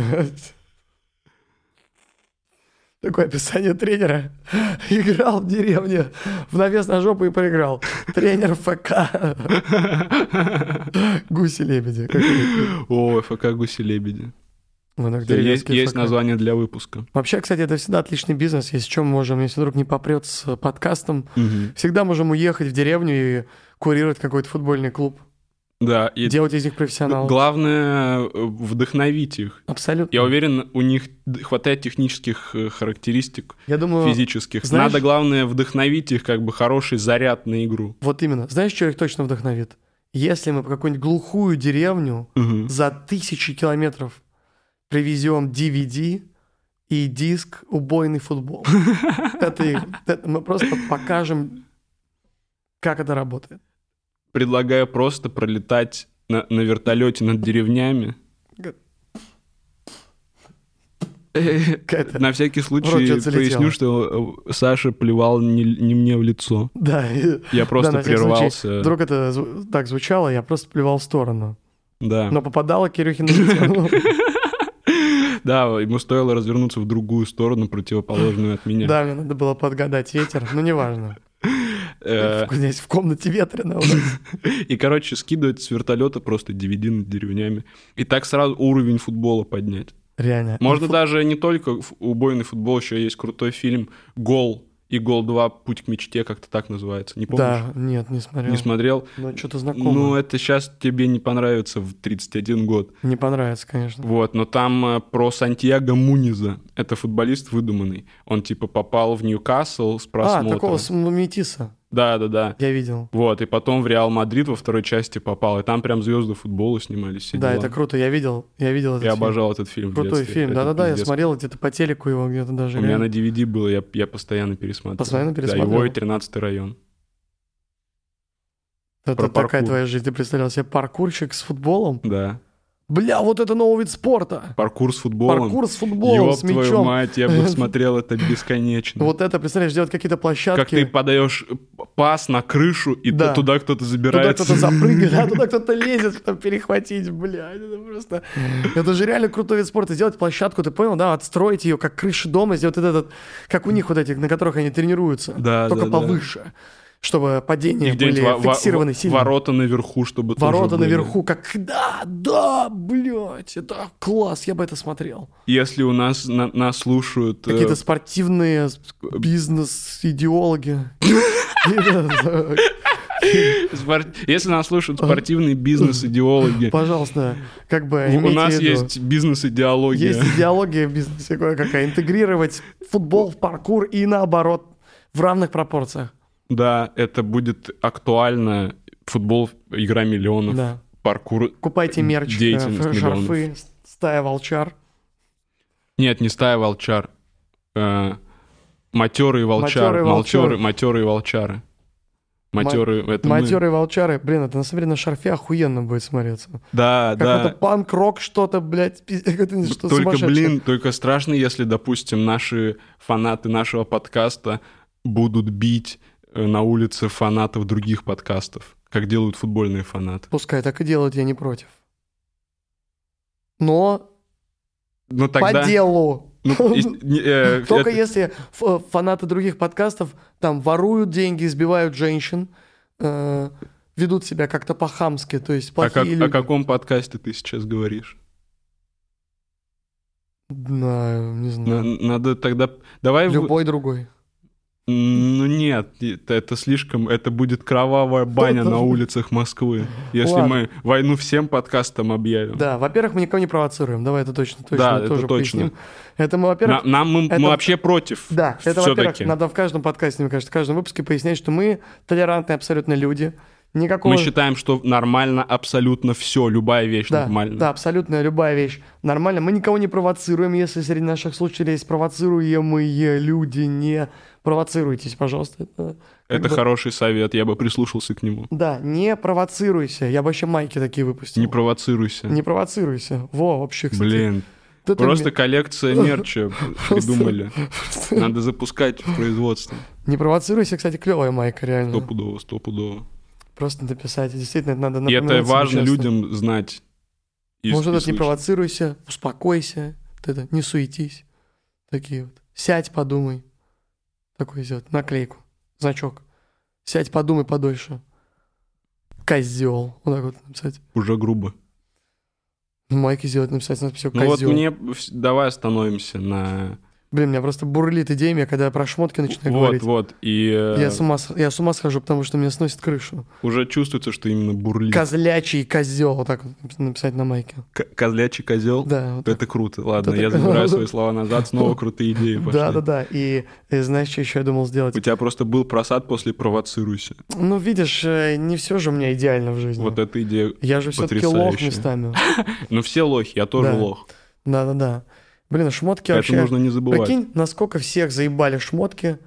Такое описание тренера. [laughs] Играл в деревне, в навес на жопу и проиграл. Тренер ФК. [laughs] Гуси-лебеди. Как это? [laughs] О, ФК «Гуси-лебеди». Вон так, Есть, деревенский есть ФК. название для выпуска. Вообще, кстати, это всегда отличный бизнес. Если чем можем, если вдруг не попрет с подкастом, всегда можем уехать в деревню и курировать какой-то футбольный клуб. Да, и Делать из них профессионалов. главное э, вдохновить их. Абсолютно. Я уверен, у них д- хватает технических э, характеристик Я думаю, физических. Э, знаешь- Надо, главное, вдохновить их как бы хороший заряд на игру. Вот именно. Знаешь, что их точно вдохновит? Если мы в какую-нибудь глухую деревню за тысячи километров привезем DVD и диск [laughs] «Убойный футбол». Это, их- это мы просто покажем, как это работает. Предлагаю просто пролетать на, на вертолете над деревнями. Какая-то- На всякий случай Э, Вроде залетело. поясню, что э, Саша плевал не, не мне в лицо. Да, и- Я просто [laughs] да, на всякий случай. прервался. Вдруг это зв- так звучало, я просто плевал в сторону. Да. Но попадало Кирюхе на [laughs] лицо. Да, ему стоило развернуться в другую сторону, противоположную от меня. Да, мне надо было подгадать ветер, но неважно. [laughs] Э, Здесь в комнате ветрено. у нас. И, короче, скидывать с вертолета просто DVD над деревнями. И так сразу уровень футбола поднять. Реально. Можно даже не только ф- убойный футбол, еще есть крутой фильм «Гол» и «Гол 2. Путь к мечте», как-то так называется. Не помнишь? Да, нет, не смотрел. Не смотрел? Ну, что-то знакомое. Ну, это сейчас тебе не понравится в 31 год. Не понравится, конечно. Вот, но там э, про Сантьяго Муниза. Это футболист выдуманный. Он типа попал в Ньюкасл с А, просмотра. такого с Метиса Да-да-да. я видел. Вот, и потом в Реал Мадрид во второй части попал, и там прям звезды футбола снимались. все да, дела. это круто, я видел. Я видел этот Я фильм. обожал этот фильм. в Крутой детстве. фильм. Это Да-да-да, я пиздец. смотрел где-то по телеку его, где-то даже. У меня реально. на DVD было, я, я постоянно пересматривал. Постоянно Да, его пересматривал? и 13 район. Это про такая паркур. твоя жизнь. Ты представлял себе паркурщик с футболом? Да. Бля, вот это новый вид спорта. Паркур с футболом. Паркур с футболом, Ёб с твою мячом. мать, я [laughs] бы смотрел это бесконечно. Вот это, представляешь, делать какие-то площадки. Как ты подаешь пас на крышу, и Да. т- туда кто-то Туда забирается. кто-то запрыгает, а [laughs] туда кто-то лезет, чтобы перехватить, блядь, это просто... Это же реально крутой вид спорта. Сделать площадку, ты понял, да, отстроить ее, как крыши дома, сделать вот этот, как у них вот этих, на которых они тренируются, Да, только да, да. повыше, чтобы И падения где-нибудь были во- во- фиксированы сильно. Ворота наверху, чтобы тоже Ворота были. наверху, как да, да, блядь, это класс, я бы это смотрел. Если у нас на- нас слушают... э, [laughs] Какие-то спортивные с- [laughs] бизнес-идеологи. спор- Если нас слушают А. спортивные бизнес-идеологи, Пожалуйста, как бы у имейте нас в виду. есть бизнес-идеология. Есть идеология в бизнесе кое-какая. Интегрировать футбол в паркур и наоборот в равных пропорциях. Да, это будет актуально. Футбол, игра миллионов, Да. паркур. Купайте мерч, э, Деятельность ф- миллионов. шарфы, с- стая волчар, Нет, не стая волчар. Э, матерые волчары. Матёрые волчары. Молчеры, матерые волчары. Матеры, это мы. матеры волчары. Блин, это на самом деле на шарфе охуенно будет смотреться. Да, Как да. это панк-рок что-то, блядь, [laughs] пиз- это что Только, сумасшедшее. блин, только страшно, если, допустим, наши фанаты нашего подкаста будут бить э, на улице фанатов других подкастов, как делают футбольные фанаты. Пускай так и делают, я не против. Но Но Ну, тогда... по делу. Ну, и- не, э, Только это- если ф- э, фанаты других подкастов там воруют деньги, избивают женщин, э, ведут себя как-то по-хамски, то есть о, А плохие как- люди. о каком подкасте ты сейчас говоришь? Знаю, не На- знаю. Надо тогда... Ну, Давай... в- Любой другой. Ну нет, это это слишком... Это будет кровавая баня на улицах Москвы, если Ладно. мы войну всем подкастам объявим. Да, во-первых, мы никого не провоцируем. Давай это точно, точно Да, это тоже точно. поясним. Это мы, во-первых, На- нам мы, мы это- вообще против. Да, это, во-первых, все-таки. надо в каждом подкасте, мне кажется, в каждом выпуске пояснять, что мы толерантные абсолютно люди. Никакого... Мы считаем, что нормально абсолютно все, любая вещь да, нормально. да, абсолютно любая вещь нормально. Мы никого не провоцируем, если среди наших слушателей есть провоцируемые люди, не провоцируйтесь, пожалуйста. Это как это бы- хороший совет, я бы прислушался к нему. Да, не провоцируйся. Я бы вообще майки такие выпустил. Не провоцируйся. Не провоцируйся. Во, вообще, кстати. Блин, вот это просто мне- [laughs] коллекция мерча придумали. Надо запускать в производство. Не провоцируйся, кстати, клевая майка, реально. Стопудово, стопудово. Просто написать. Действительно, это надо И это напоминать себе важно часто. людям знать. и- Может, и этот не слышать. провоцируйся, успокойся, вот это, не суетись. Такие вот. Сядь, подумай. Такой сделать. Наклейку. Значок. Сядь, подумай подольше. Козел. Вот так вот написать. Уже грубо. Майки сделать, написать надпись Ну вот козел. мне... вс- Давай остановимся на... Блин, меня просто бурлит идеями, когда я про шмотки начинаю Вот, говорить. вот. И э, Я с, ума, с- я с ума схожу, потому что мне сносит крышу. уже чувствуется, что именно бурлит. Козлячий козел, вот так вот написать на майке. К- Козлячий козел. Да, вот Это круто. Ладно, Вот это- я забираю свои слова назад. [laughs] Снова крутые идеи пошли. Да, да, да. И, и знаешь, что еще я думал сделать? У тебя просто был просад после «Провоцируйся». Ну, видишь, э, не все же у меня идеально в жизни. Вот эта идея. я же все-таки лох потрясающе. местами. Ну все лохи, я тоже Да. лох. Да, да, да. Блин, а шмотки Это вообще. нужно не забывать. Прикинь, насколько всех заебали шмотки.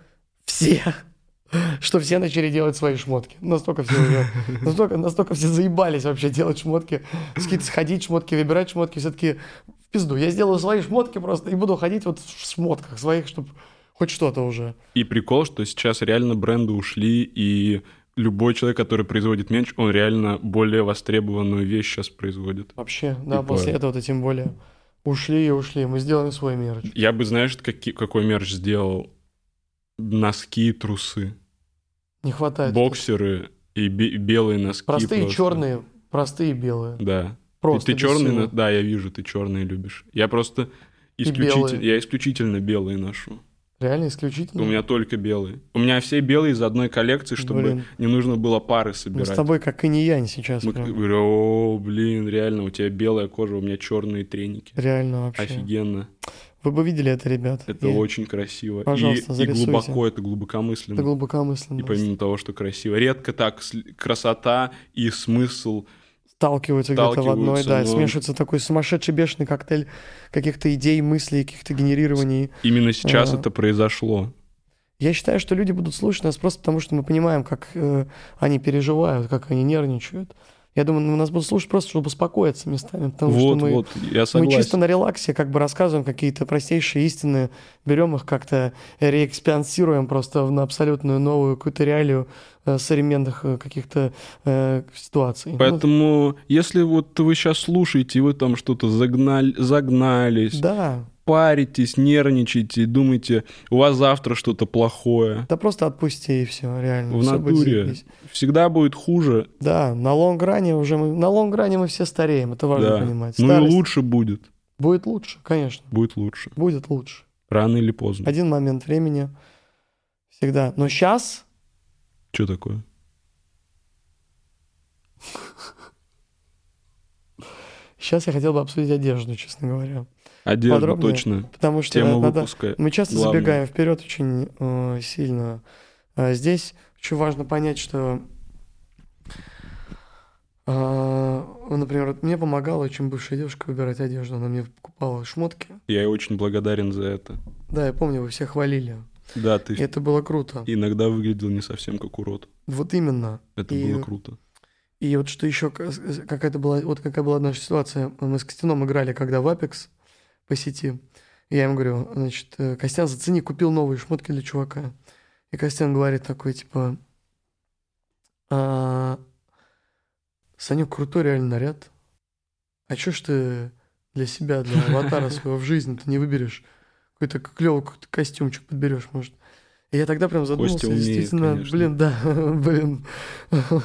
Все. Что все начали делать свои шмотки. Настолько все уже- настолько, настолько все заебались вообще делать шмотки. Скид сходить, шмотки выбирать, шмотки все-таки в пизду. Я сделаю свои шмотки просто и буду ходить вот в шмотках своих, чтобы хоть что-то уже. И прикол, что сейчас реально бренды ушли, и любой человек, который производит меньше, он реально более востребованную вещь сейчас производит. Вообще, да, Тупо. после этого-то тем более ушли и ушли. Мы сделаем свой мерч. Я бы, знаешь, каки- какой мерч сделал? Носки, трусы, Не хватает. боксеры и бе- белые носки. Простые просто. черные, простые белые. Да. Просто. ты, без черный, всего. но- да, я вижу, ты черные любишь. Я просто исключитель, белые. я исключительно белые ношу. Реально исключительно. У меня только белые. У меня все белые из одной коллекции, чтобы Блин. не нужно было пары Мы собирать. с тобой как и не янь сейчас. Мы прям. говорю, о, блин, реально, у тебя белая кожа, у меня черные треники. Реально вообще. Офигенно. Вы бы видели это, ребят. Это И- очень красиво. И- Пожалуйста, и, зарисуйте. глубоко, это Это глубокомысленно. глубокомысленно. И помимо того, что красиво. Редко так сл- красота и смысл. Сталкиваются где-то в одной, сталкиваются, да, но- смешивается такой сумасшедший бешеный коктейль каких-то идей, мыслей, каких-то генерирований. Именно сейчас Ага. это произошло. Я считаю, что люди будут слушать нас просто потому, что мы понимаем, как э, они переживают, как они нервничают. Я думаю, ну, нас будут слушать просто, чтобы успокоиться местами, потому что вот, мы, вот, я мы согласен. чисто на релаксе как бы рассказываем какие-то простейшие истины, берем их как-то, реэкспансируем просто в- на абсолютную новую какую-то реалию э, современных э, каких-то э, ситуаций. Ну, Поэтому, если вот вы сейчас слушаете, и вы там что-то загнали, загнались, да, паритесь, нервничаете, и думаете, у вас завтра что-то плохое, да просто отпусти и все, реально. в всё будет натуре, заебись. всегда будет хуже, Да, на лонгране уже мы, на лонгране мы все стареем, это важно да. понимать. Ну и Старость лучше будет, Будет лучше, конечно, будет лучше, будет лучше. рано или поздно. Один момент времени всегда. Но сейчас, Что такое? сейчас я хотел бы обсудить одежду, честно говоря, Одежда Подробнее? точно, потому что тема надо- выпуска. мы часто главное. забегаем вперед очень э, сильно. А здесь очень важно понять, что, э, например, вот мне помогала очень бывшая девушка выбирать одежду, она мне покупала шмотки. Я ей очень благодарен за это. Да, я помню, вы все хвалили, Да, ты и это было круто. иногда выглядел не совсем как урод. Вот именно. Это И- ну. было круто. И вот что еще, к- с- какая-то была, вот какая была наша ситуация. Мы с Костяном играли, когда в Apex по сети. И я ему говорю, значит, э, Костян, зацени, купил новые шмотки для чувака. И Костян говорит такой, типа, «А, Санек, крутой реально наряд. А чё ж ты для [laughs] себя, для аватара своего в жизни ты не выберешь? Какой-то клевый какой-то костюмчик подберешь, может. И я тогда прям задумался, умеет, действительно, конечно. блин, да, [laughs] блин, [laughs]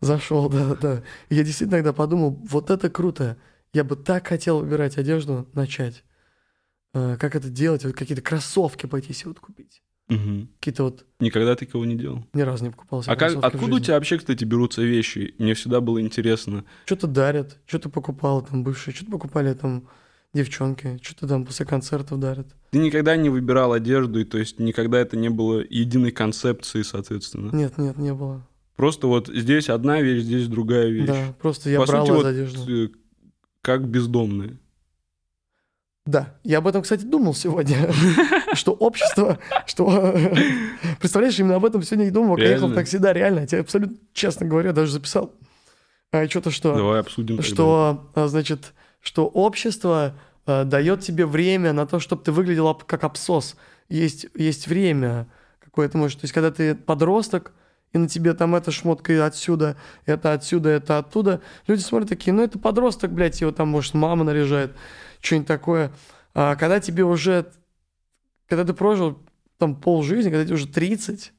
зашел, да, да. И я действительно тогда подумал, вот это круто. Я бы так хотел выбирать одежду, начать. Э, Как это делать? Вот какие-то кроссовки пойти себе вот купить. Мгм. Какие-то вот Никогда такого не делал. ни разу не покупал себе А как, кроссовки в откуда у жизни. тебя вообще, кстати, берутся вещи? Мне всегда было интересно. Что-то дарят, что-то покупала там бывшие, что-то покупали там девчонки, что-то там после концертов дарят. Ты никогда не выбирал одежду, и то есть никогда это не было единой концепции, соответственно. Нет, нет, не было. Просто вот здесь одна вещь, здесь другая вещь. Да, просто я По брала сути, вот, за одежду. э, как бездомные. Да, я об этом, кстати, [laughs] думал сегодня, что общество, что... [laughs] Представляешь, именно об этом сегодня и думал, когда ехал в Реально? такси, да, реально, я тебе абсолютно честно говорю, я даже записал а, что-то, что... Давай обсудим. тогда. что, а, значит, что общество а, дает тебе время на то, чтобы ты выглядел об- как абсос. Есть, есть время какое-то, может, то есть когда ты подросток, и на тебе там эта шмотка и отсюда, это отсюда, это оттуда. Люди смотрят такие, ну это подросток, блядь, его там, может, мама наряжает, что-нибудь такое. А когда тебе уже, когда ты прожил там полжизни, когда тебе уже 30,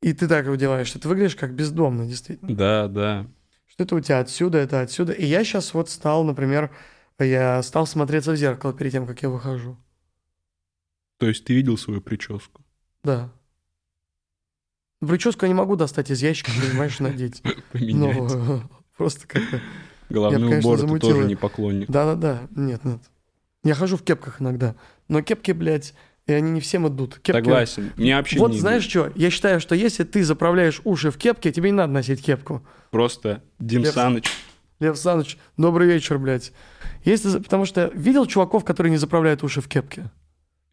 и ты так одеваешься, ты выглядишь как бездомный, действительно Да, да. что это у тебя отсюда, это отсюда. И я сейчас вот стал, например, я стал смотреться в зеркало перед тем, как я выхожу. То есть ты видел свою прическу. [laughs] Да. Прическу я не могу достать из ящика, [laughs] понимаешь, надеть. Поменять. Ну, [laughs] просто как-то... Головной я б, конечно, убор замутил ты тоже бы. не поклонник. Да-да-да, нет, нет. Я хожу в кепках иногда. Но кепки, блядь, и они не всем идут. Кепки... Согласен. Мне вообще Вот не знаешь что, я считаю, что если ты заправляешь уши в кепке, тебе не надо носить кепку. идет. Просто Дим Я- Саныч. Лев Саныч, добрый вечер, блядь. Если... за- Потому что видел чуваков, которые не заправляют уши в кепке?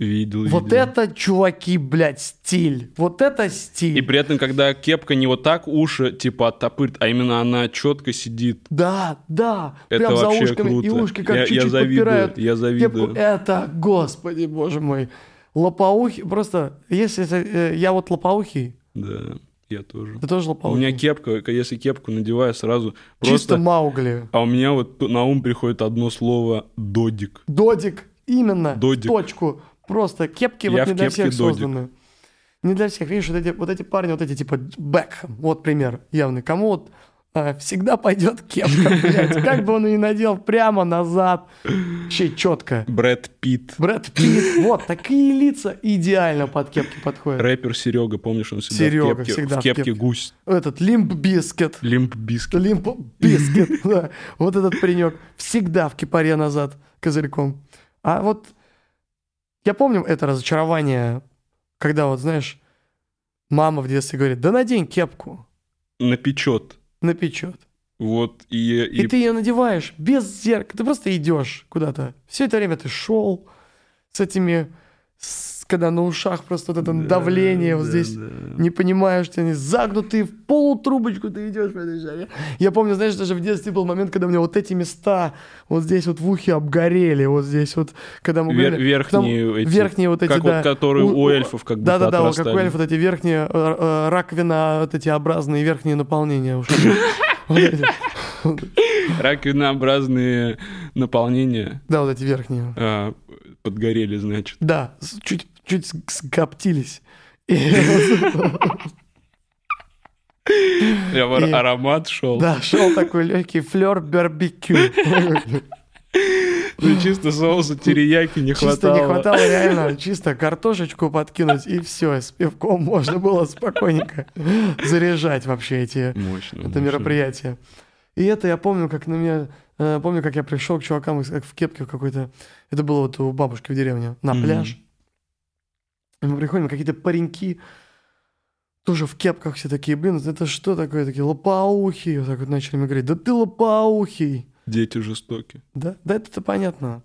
Видел, Вот видел. это, чуваки, блядь, стиль. Вот это стиль. И при этом, когда кепка не вот так уши типа оттопырит, а именно она четко сидит. Да, да. Это прям за вообще ушками. круто. И ушки как Я- я чуть-чуть завидую, подпирают я завидую. кепку. Э, Это, господи, боже мой. Лопоухи, просто, если это, э, я вот лопоухий, Да, я тоже. ты А тоже у лопоухий. меня кепка, к- если кепку надеваю сразу, Чисто просто... Маугли. А у меня вот т- на ум приходит одно слово «додик». Додик, именно, в Додик. точку. Просто кепки Я вот в не для кепке всех додик. созданы. Не для всех. Видишь, вот эти, вот эти парни, вот эти типа Бекхэм, вот пример явный. Кому вот а, всегда пойдет кепка, [laughs] блядь. Как бы он ее ни надел, прямо назад. Вообще четко. Брэд Питт. Брэд Питт, вот такие лица идеально под кепки подходят. Рэпер Серега, помнишь, он всегда Серега в кепке, всегда в в кепке кепке. гусь. Этот Лимб Бискет. Лимп Бискет. Лимп Бискет, [laughs] да. Вот этот паренек всегда в кипаре назад козырьком. А вот я помню это разочарование, когда вот, знаешь, мама в детстве говорит, да надень кепку, Напечет. напечет. Вот, и, И, и ты ее надеваешь без зеркала, ты просто идешь куда-то. Все это время ты шел с этими с когда на ушах просто вот это давление вот здесь, не понимаешь, что они загнутые в полутрубочку, ты идешь по этой жаре. Я помню, знаешь, даже в детстве был момент, когда у меня вот эти места вот здесь вот в ухе обгорели, вот здесь вот, когда мы Вер- гуляли. верхние Там эти, верхние вот эти, как вот да. которые у эльфов как будто Да-да-да, вот как у отрастали. эльфов вот эти верхние э, э, раковина, вот эти образные верхние [laughs] наполнения ушей. Вот эти. Раковинообразные наполнения Да, вот эти верхние. а, подгорели, значит. Да, с- чуть, чуть с- скоптились. И, [laughs] Я в ар- И- аромат шел. да, шел такой легкий флер барбекю. Ну, чисто [laughs] соуса терияки не Чисто хватало. не хватало реально, чисто картошечку подкинуть, и все, с пивком можно было спокойненько заряжать вообще эти Мощно. это мощно. мероприятие. И это я помню, как на меня... э, Помню, как я пришел к чувакам из- как в кепке в какой-то... Это было вот у бабушки в деревне, на Мгм. пляж. И мы приходим, какие-то пареньки тоже в кепках все такие, блин, это что такое? Такие лопоухие. Вот так вот начали мне говорить, да ты лопоухий. Дети жестоки. Да, да это-то понятно.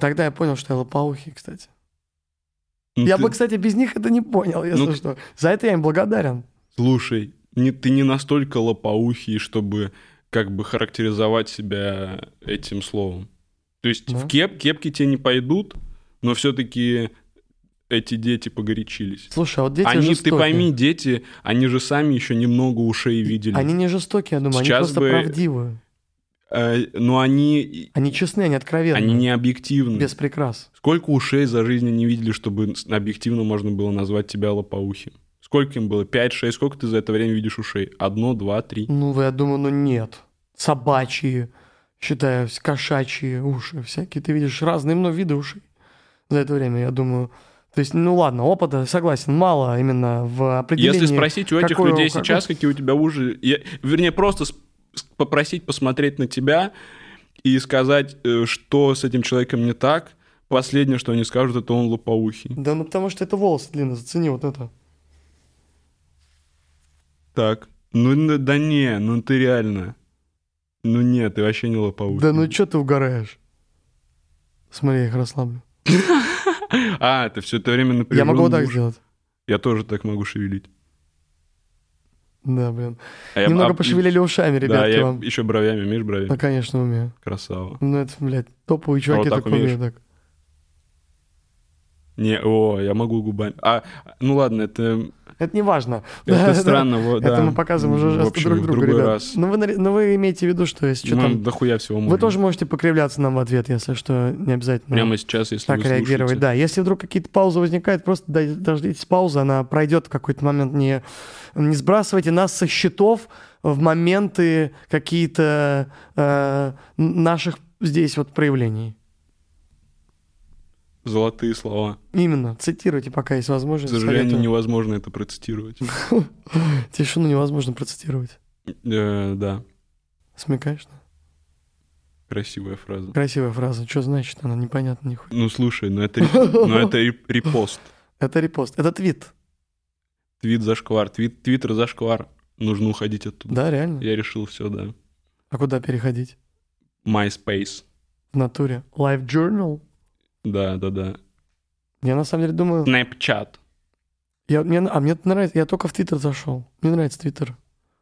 Тогда я понял, что я лопоухий, кстати. Ну, я ты- бы, кстати, без них это не понял, если Ну, к- что. За это я им благодарен. Слушай, не, ты не настолько лопоухий, чтобы как бы характеризовать себя этим словом. То есть Да. в кеп, кепки тебе не пойдут, но все-таки эти дети погорячились. Слушай, а вот дети они, жестокие. ты пойми, дети, они же сами еще немного ушей видели. Они не жестокие, я думаю, Сейчас они просто бы- правдивые. Э, но они, Они честны, они откровенны. они не объективны. Без прикрас. Сколько ушей за жизнь не видели, чтобы с- объективно можно было назвать тебя лопоухим? Сколько им было? 5-6? Сколько ты за это время видишь ушей? Одно, два, три. Ну, я думаю, ну нет. Собачьи, считаю, с- кошачьи уши всякие. Ты видишь разные ну, виды ушей за это время, я думаю. То есть, ну ладно, опыта, согласен, мало именно в определении. Если спросить у этих какое- людей какое- сейчас, какие у тебя уши, я- вернее, просто с- с- попросить посмотреть на тебя и сказать, э, что с этим человеком не так, последнее, что они скажут, это он лопоухий. Да, ну потому что это волосы длинные, зацени вот это. Так. Ну н- да не, ну ты реально. Ну нет, ты вообще не лопоухий. Да ну что ты угораешь? Смотри, я их расслаблю. А, ты все это время напряжен. я могу вот так сделать. Я тоже так могу шевелить. Да, блин. А я- Немного а- пошевелили ушами, Да, ребятки, я вам. еще бровями, умеешь бровями? Ну, конечно, умею. Красава. Ну, это, блядь, топовые чуваки А вот так так умеют умеешь? так. Не, о, я могу губами. А, ну ладно, это, Это не важно. это странно. вот, Это да. мы показываем уже В жесты общем, друг в другу, другой ребят. раз. Ну, Но вы, наре- но вы имеете в виду, что если что Нам там... дохуя всего можно. Вы тоже можете покривляться нам в ответ, если что, не обязательно Прямо сейчас, если так вы реагировать. слушаете. Да, если вдруг какие-то паузы возникают, просто дай- дождитесь паузы, она пройдет в какой-то момент. Не, не сбрасывайте нас со счетов в моменты какие-то э, н- наших здесь вот проявлений. Золотые слова. Именно, цитируйте, пока есть К возможность. сожалению, советую. невозможно это [laughs] процитировать. Тишину невозможно процитировать. Э, Да, Смекаешь? да? красивая фраза. Красивая фраза. Что значит она? Непонятно нихуя. Ну слушай, ну [laughs] это реп- ну это реп- репост. Это репост. Это твит. Твит зашквар, твит, твиттер зашквар. Нужно уходить оттуда. Да, реально? Я решил все, да. А куда переходить? MySpace. В натуре. Live Journal? Да, да, да. Я на самом деле думаю... Snapchat. Я, мне, а мне это нравится. Я только в Твиттер зашел. Мне нравится Твиттер.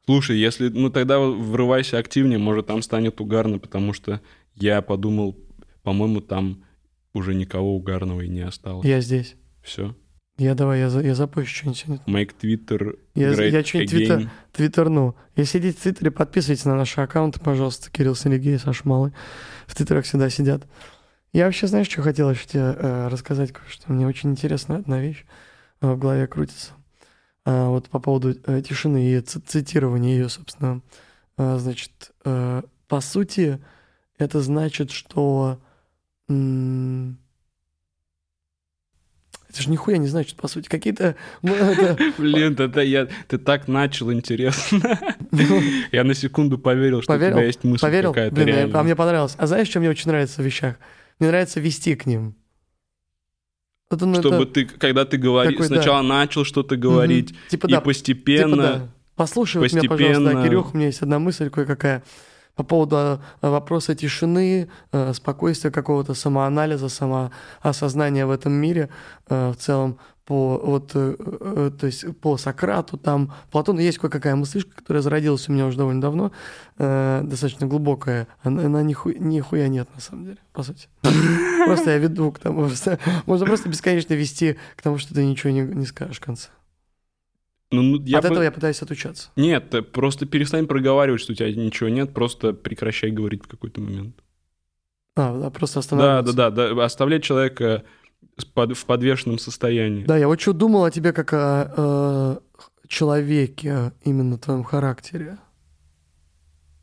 Слушай, если, ну тогда врывайся активнее, может там станет угарно, потому что я подумал, по-моему, там уже никого угарного и не осталось. Я здесь. Все. Я давай, я, за- я запущу что-нибудь сегодня. Make Twitter Я- great я чё-нибудь again. твиттер- Твиттерну. Если сидите в Твиттере, подписывайтесь на наши аккаунты, пожалуйста. Кирилл Селигей, Саша Малый. В Твиттерах всегда сидят. Я вообще, знаешь, что хотел еще тебе э, рассказать? Что мне очень интересная одна вещь э, в голове крутится. А, вот по поводу э, тишины и ци- цитирования ее, собственно. А, значит, э, по сути, это значит, что... м, это же нихуя не значит, по сути. Какие-то... ну, это- [laughs] Блин, это я, ты так начал интересно. Я на секунду поверил, что Поверил? у тебя есть мысль Поверил? какая-то Блин, я- реально. а мне понравилось. А знаешь, что мне очень нравится в вещах? Мне нравится вести к ним. Это, ну, Чтобы это, ты, когда ты говоришь, Такой, да. сначала начал что-то говорить, мгм. Типа и да, типа постепенно... да. Послушай вот меня, пожалуйста, постепенно- да, Кирюх, у меня есть одна мысль кое-какая. По поводу э, вопроса тишины, э, спокойствия, какого-то самоанализа, самоосознания в этом мире э, в целом по вот, э, э, то есть по Сократу, там Платону есть кое-какая мыслишка, которая зародилась у меня уже довольно давно, э, достаточно глубокая. Она, она ниху- нихуя нет, на самом деле, [laughs] по сути. Просто я веду к тому, что можно просто бесконечно вести к тому, что ты ничего не, не скажешь в конце. Ну, ну, я От бы- этого я пытаюсь отучаться. Нет, ты просто перестань проговаривать, что у тебя ничего нет, просто прекращай говорить в какой-то момент. А, да, просто Да, да, останавливаться. да, да. Оставлять человека с под- в подвешенном состоянии. Да, я вот что думал о тебе как о э, человеке, именно твоем характере.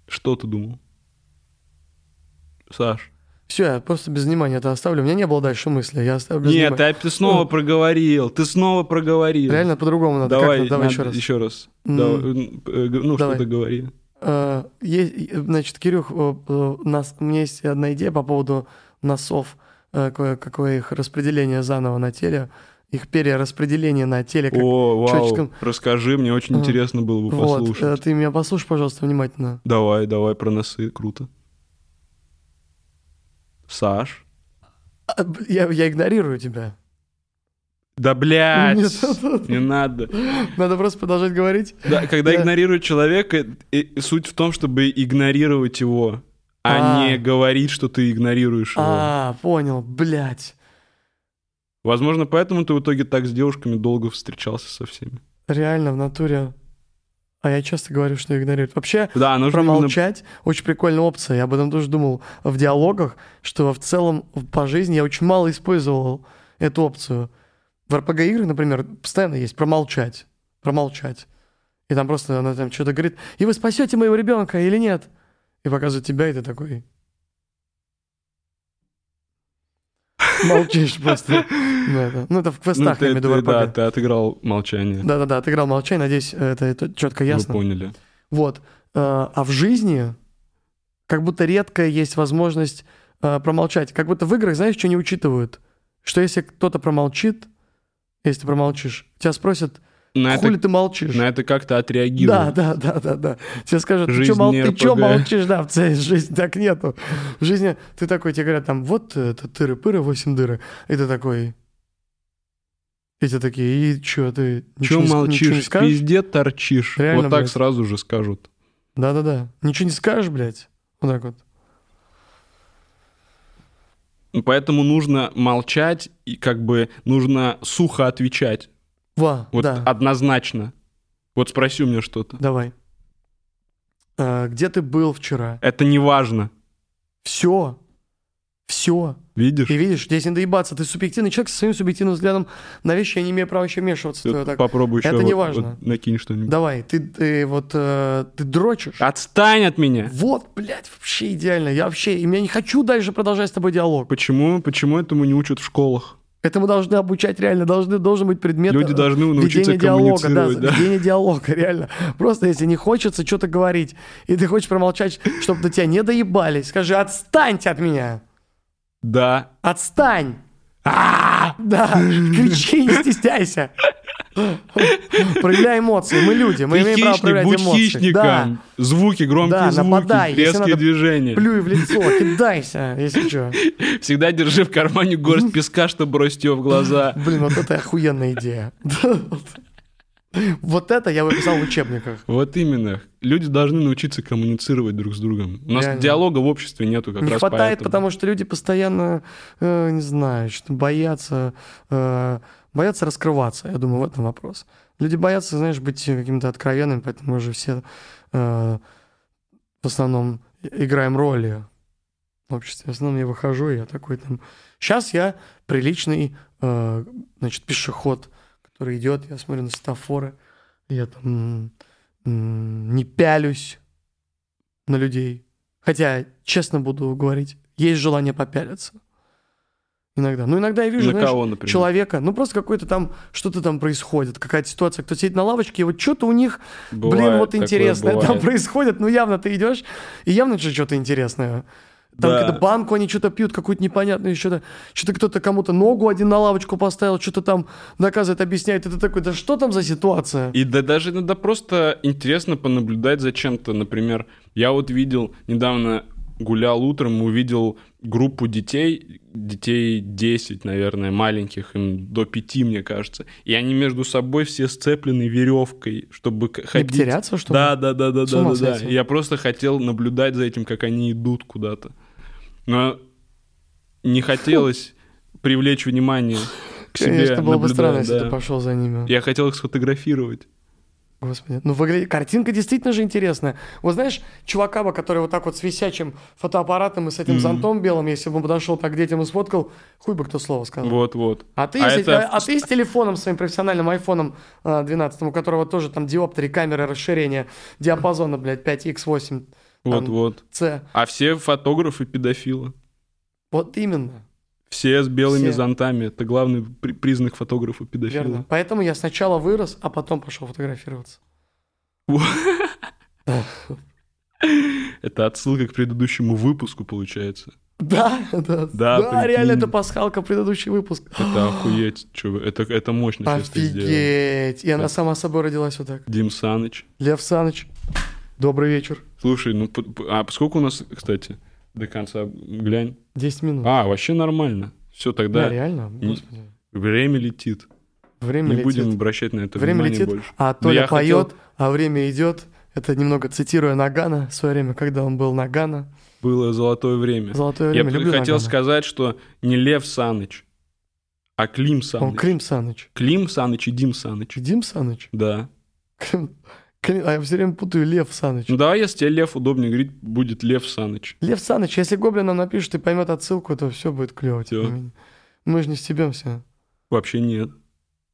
Что ты думал? Саш. Все, я просто без внимания это оставлю. У меня не было дальше мысли, я оставлю без Нет, внимания. ты, ты снова проговорил. Ты снова проговорил. Ну. Реально по-другому надо. Давай, Как-то, давай надо- еще раз. Еще раз. М. Давай, м, э, г- ну, Давай. что ты говори. Э, е- э, значит, Кирюх, э, э, нас, у меня есть одна идея по поводу носов, э, кое- какое их распределение заново на теле, их перераспределение на теле. Как... О, вау, чётчиком. расскажи, мне очень Э, интересно было бы вот, послушать. э, ты меня послушай, пожалуйста, внимательно. Давай, давай, про носы, круто. Саш? А, б- Я, я игнорирую тебя. Да блядь, Нет, да-да-да. не надо. Надо просто продолжать говорить. Да, когда Да. игнорируют человека, и- и суть в том, чтобы игнорировать его, а А. не говорить, что ты игнорируешь его. А, понял, блядь. Возможно, поэтому ты в итоге так с девушками долго встречался со всеми. Реально, в натуре. А я часто говорю, что игнорируют. Вообще, Да, нужно именно промолчать очень прикольная опция. Я об этом тоже думал в диалогах, что в целом в- по жизни я очень мало использовал эту опцию. В RPG-играх, например, постоянно есть промолчать. Промолчать. И там просто она там что-то говорит, и вы спасете моего ребенка или нет? И показывает тебя, и ты такой... Молчишь просто. Ну, это- ну, это в Ну, квестах, ты- я имею в виду в ты- да, RPG. ты отыграл молчание. Да-да-да, отыграл молчай, надеюсь, это, это четко ясно. Вы поняли. Вот. Э, А в жизни как будто редко есть возможность э, промолчать. Как будто в играх, знаешь, что не учитывают? Что если кто-то промолчит, если ты промолчишь, тебя спросят, На хули Ну, это, ты молчишь? на это как-то отреагировал. Да, да, да, да, да. Тебе скажут, ты Жизнь чё мол- не ты чё RPG? молчишь, да, в целом жизни так нету. В жизни ты такой, тебе говорят там, вот это тыры-пыры, восемь дыры. И ты такой... И те такие, и чё, ты Че ничего не с- ничего не молчишь? В скажешь? Пизде торчишь. Реально, вот так блядь. сразу же скажут. Да-да-да. Ничего не скажешь, блядь. Вот так вот. Ну, Поэтому нужно молчать и как бы нужно сухо отвечать. Во, Вот да. однозначно. Вот спроси у меня что-то. Давай. А, где ты был вчера? Это не важно. Все. Все. Видишь? Ты видишь, здесь не доебаться. Ты субъективный человек со своим субъективным взглядом на вещи, я не имею права еще вмешиваться. Ты Ты вот так. Попробуй еще Это вот- не важно. вот накинь что-нибудь. Давай, ты, ты вот э, ты дрочишь. Отстань от меня! Вот, блядь, вообще идеально. Я вообще, и я не хочу дальше продолжать с тобой диалог. Почему, почему этому не учат в школах? Этому должны обучать реально, должны, должен быть предмет. Люди э, должны научиться ведения диалога, да, коммуницировать. да. ведения диалога, [laughs] реально. Просто если не хочется что-то говорить, и ты хочешь промолчать, чтобы до тебя не доебались, скажи «отстаньте от меня!» Да. Отстань! Да, кричи, не стесняйся. Проявляй эмоции, мы люди, мы Ты имеем право хищник, проявлять будь эмоции. Да, хищником. Звуки, громкие Да, звуки, нападай, если резкие надо, движения. плюй в лицо, кидайся, если что. Всегда держи в кармане горсть песка, чтобы бросить ее в глаза. Блин, вот это охуенная идея. [laughs] Да, вот. Вот это я выписал в учебниках. Вот именно. Люди должны научиться коммуницировать друг с другом. У нас Реально. диалога в обществе нету как Не раз хватает, поэтому. потому что люди постоянно, э, не знаю, что боятся, э, боятся раскрываться. Я думаю, в этом вопрос. Люди боятся, знаешь, быть какими-то откровенными, поэтому мы же все э, в основном играем роли в обществе. В основном я выхожу, и я такой там... Сейчас я приличный, э, значит, пешеход, который идет, я смотрю на светофоры, я там м, не пялюсь на людей. Хотя, честно буду говорить, есть желание попялиться. Иногда. Ну, иногда я вижу, На знаешь, кого, например? человека, ну, просто какой-то там, что-то там происходит, какая-то ситуация, кто сидит на лавочке, и вот что-то у них, Бывает блин, вот такое, интересное там бывает. происходит, ну, явно ты идешь, и явно же что-то интересное. Там Да. какую-то банку они что-то пьют, какую-то непонятную, что-то, что-то кто-то кому-то ногу один на лавочку поставил, что-то там наказывает, объясняет. И ты такой, да что там за ситуация? И да, даже иногда просто интересно понаблюдать за чем-то. Например, я вот видел недавно гулял утром, увидел группу детей, детей 10, наверное, маленьких, им до 5, мне кажется. И они между собой все сцеплены веревкой, чтобы к- Не ходить. потеряться, что ли? Да, да, да, да, С да, ума да, да. сойти. Я просто хотел наблюдать за этим, как они идут куда-то. Но не хотелось привлечь внимание к себе. Конечно, было бы наблюдая, странно, если да. ты пошел за ними. Я хотел их сфотографировать. Господи, ну выглядит... Картинка действительно же интересная. Вот знаешь, чувака бы, который вот так вот с висячим фотоаппаратом и с этим зонтом белым, если бы он подошел так к детям и сфоткал, хуй бы кто слово сказал. Вот-вот. А ты, А если- это- а ты с телефоном своим профессиональным айфоном э, 12, у которого тоже там диоптрии, камеры, расширение диапазона, блядь, 5x8, Вот-вот. c. А все фотографы педофилы. Вот именно, Все с белыми Все. зонтами. Это главный при- признак фотографа педофила. верно. Поэтому я сначала вырос, а потом пошел фотографироваться. Это отсылка к предыдущему выпуску, получается. Да, да, [laughs] Да, да, реально, прикинь. это пасхалка, предыдущий выпуск. Это охуеть, чё вы- Это, это мощно сейчас ты сделал. А. Офигеть! И она сама собой родилась вот так. Дим Саныч. Лев Саныч, добрый вечер. Слушай, ну п- п- а сколько у нас, кстати, до конца глянь? 10 минут. А, вообще нормально. Все, тогда Да, реально, Не- господи. время летит. Время Не летит. будем обращать на это время внимание летит, больше. а Но я Толя хотел- поет, а время идет. Это немного цитируя Нагана в свое время, когда он был Нагана. Было золотое время. Золотое время. я Люблю хотел Нагана. сказать, что не Лев Саныч, а Клим Саныч. Он Крим Саныч. Клим Саныч и Дим Саныч. Дим Саныч? [laughs] Да. Крим... Крим- А я все время путаю Лев Саныч. Ну давай, если тебе Лев удобнее говорить, будет Лев Саныч. Лев Саныч, если Гоблин нам напишет и поймет отсылку, то все будет клево. Всё. Мы же не стебемся. Вообще нет.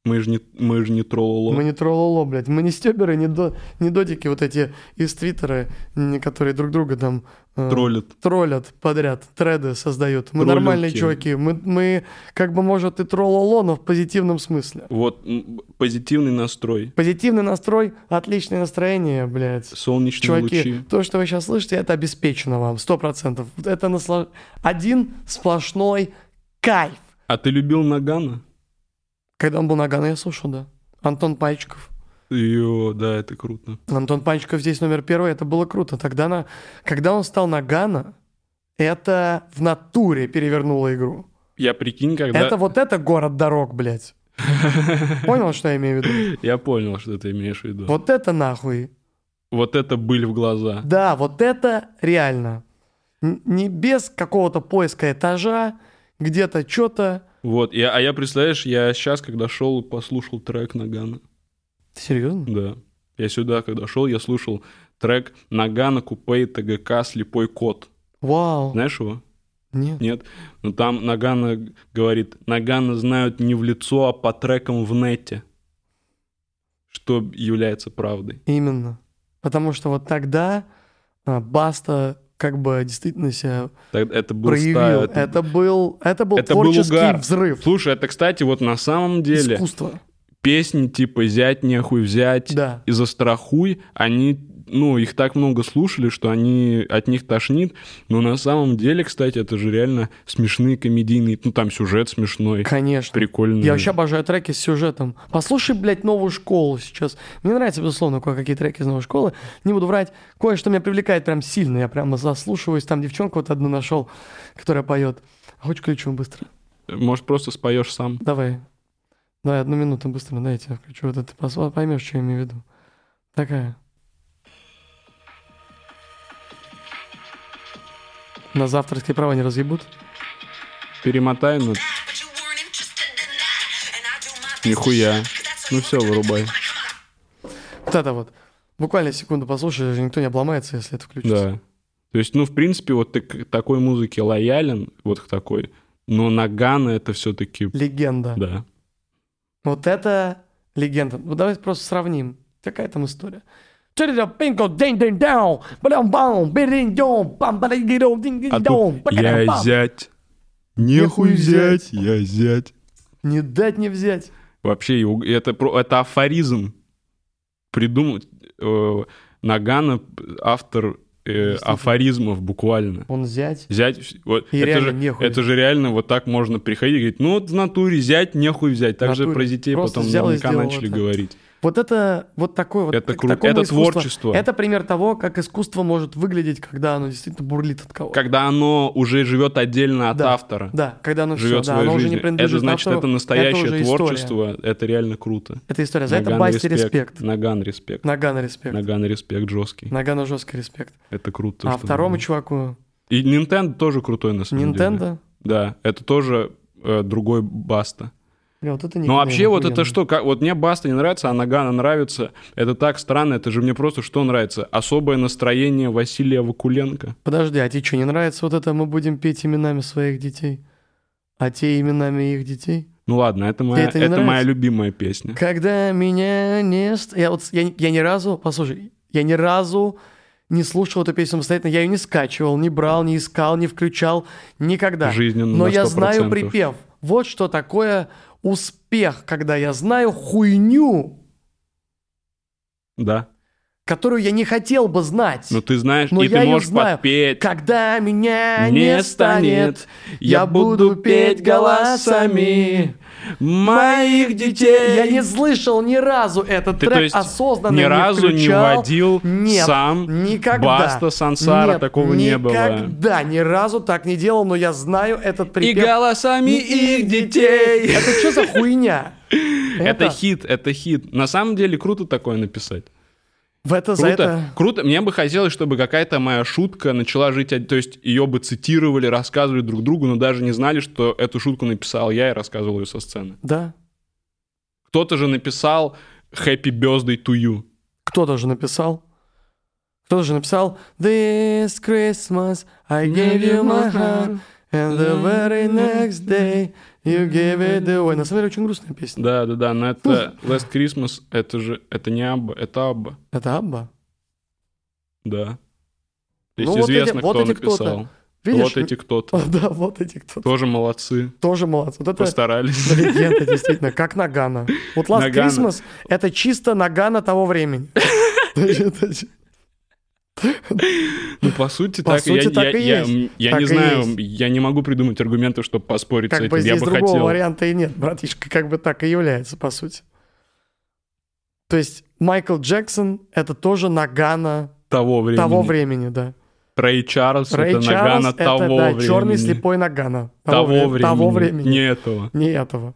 Мы же не, мы же не тролло. Мы не троллоло, блядь. Мы не стеберы, не, до, не додики вот эти из твиттера, н- которые друг друга там... э, Троллят. троллят подряд, треды создают. Мы Троллюки. нормальные чуваки. Мы, мы как бы, может, и троллоло, но в позитивном смысле. Вот м, позитивный настрой. Позитивный настрой, отличное настроение, блядь. Солнечные Чуваки, лучи. то, что вы сейчас слышите, это обеспечено вам, сто процентов. Это наслаж... один сплошной кайф. А ты любил Нагана? Когда он был Наган, я слушал, да. Антон Пальчиков. Йо, да, это круто. Антон Панчиков здесь номер первый, это было круто. Тогда на... Когда он стал Нагана, это в натуре перевернуло игру. Я прикинь, когда... Это вот это город [laughs] дорог, блядь. Понял, что я имею в виду? Я понял, что ты имеешь в виду. Вот, Вот это нахуй. это быль в глаза. Да, вот это реально. Н- Не без какого-то поиска этажа, где-то что-то. Вот, я, а я, представляешь, я сейчас, когда шел, послушал трек Нагана. Серьезно? Да. Я сюда, когда шел, я слушал трек Нагана, Купей, ТГК, Слепой Кот. Вау. Знаешь его? Нет. Нет. Но там Нагана г- говорит, Нагана знают не в лицо, а по трекам в нете. Что является правдой. Именно. Потому что вот тогда а, Баста как бы действительно себя Так- Это был проявил. стайл, Это, был, это был это был творческий угар. взрыв. Слушай, это, кстати, вот на самом деле Искусство. песни типа «Зять нехуй взять» Да. и «Застрахуй», они, ну, их так много слушали, что они от них тошнит. Но на самом деле, кстати, это же реально смешные комедийные... Ну, там сюжет смешной, Конечно. прикольный. Я вообще обожаю треки с сюжетом. Послушай, блядь, новую школу сейчас. Мне нравятся, безусловно, кое-какие треки из новой школы. Не буду врать. Кое-что меня привлекает прям сильно. Я прямо заслушиваюсь. Там девчонку вот одну нашел, которая поет. Хочешь ключу быстро? Может, просто споешь сам? Давай. Давай, одну минуту быстро. Дай я тебе включу. Вот это пос- поймешь, что я имею в виду. Такая. На авторские права не разъебут? Перемотай, ну... Нихуя. Ну все, вырубай. Вот это вот. Буквально секунду послушай, даже никто не обломается, если это включится. Да. То есть, ну, в принципе, вот ты к такой музыке лоялен, вот к такой. Но Нагана это все-таки... Легенда. Да. Вот это легенда. Ну, давайте просто сравним. Какая там история? А тут я Я зять, нехуй взять, я зять. Не дать не взять. Вообще, его- это, про- это афоризм. Придумал э, Нагано, автор э, афоризмов буквально. Он зять. Зять, вс- вот, И это, реально же, нехуй. это же реально вот так можно приходить и говорить, ну вот в натуре зять, нехуй взять. Так же натуре. про детей Просто потом взял и наверняка сделал начали это. говорить. Вот это вот такой вот. Это к круто. такому Это искусству- творчество. Это пример того, как искусство может выглядеть, когда оно действительно бурлит от кого-то. Когда оно уже живет отдельно от Да. автора, Да, когда оно живет все, да, своей оно уже не жизнью. принадлежит это значит, автору, это настоящее уже история. творчество, это реально круто. Это история. За это Наган Басте респект. Наган респект. Нагана респект. Наган респект жесткий. Нагана жесткий респект. Это круто. а что второму было. чуваку И Nintendo тоже крутой на самом деле. Nintendo. Да, это тоже э, другой Баста. Бля, вот это Ну вообще никнейм вот это охуенный. что, как, вот мне Баста не нравится, а Нагана нравится. Это так странно, это же мне просто что нравится? Особое настроение Василия Вакуленко. Подожди, а тебе что, не нравится вот это мы будем петь именами своих детей? А те именами их детей? Ну ладно, это моя, это это не моя нравится? любимая песня. Когда меня не... ст- Я вот, с- я, я ни разу, послушай, я ни разу не слушал эту песню самостоятельно, я ее не скачивал, не брал, не искал, не включал, никогда. Жизненно Но на я знаю 100%. припев. Вот что такое успех, когда я знаю хуйню, Да. которую я не хотел бы знать. Но ты знаешь, Но и я ты её можешь знаю. подпеть. Когда меня Не не, станет, станет, я буду петь голосами моих детей. Я не слышал ни разу этот Ты, трек то есть, осознанно. ни не разу не включал. водил Нет, сам никогда. Баста Сансара, Нет, такого не было. Никогда, ни разу так не делал, но я знаю этот И припев. голосами их детей. Это что за хуйня? [laughs] Это хит, это хит. На самом деле круто такое написать. В это за Круто, это... круто. Мне бы хотелось, чтобы какая-то моя шутка начала жить, од- то есть ее бы цитировали, рассказывали друг другу, но даже не знали, что эту шутку написал я и рассказывал ее со сцены. Да. Кто-то же написал Happy Birthday to you. Кто-то же написал. Кто-то же написал This Christmas I gave you my heart And the very next day You gave it away На самом деле очень грустная песня. Да, да, да, но это Last Christmas, это же, это не Абба, это Абба, Это Абба. да. То есть Ну, вот эти- известно, вот кто эти кто-то. написал. Видишь? Вот эти кто-то. [laughs] Да, вот эти кто Тоже молодцы, тоже молодцы. Вот это [laughs] постарались. легенда, действительно, как Нагана. Вот Last Нагано. Christmas — это чисто Нагана того [laughs] времени. Ну, по сути, По так, и я- сути, так я, и я- есть. м, я Так не и знаю, есть. я не могу придумать аргументы, чтобы поспорить с Как этим. бы я здесь бы другого хотел. варианта и нет, братишка, как бы так и является, по сути. То есть Майкл Джексон — это тоже Нагана Того времени. того времени, да. Рэй Чарльз, Рэй Э, это Чарльз Нагана это, того да, времени. черный слепой Нагана. того, вре- времени. Того времени. Не этого. Не этого.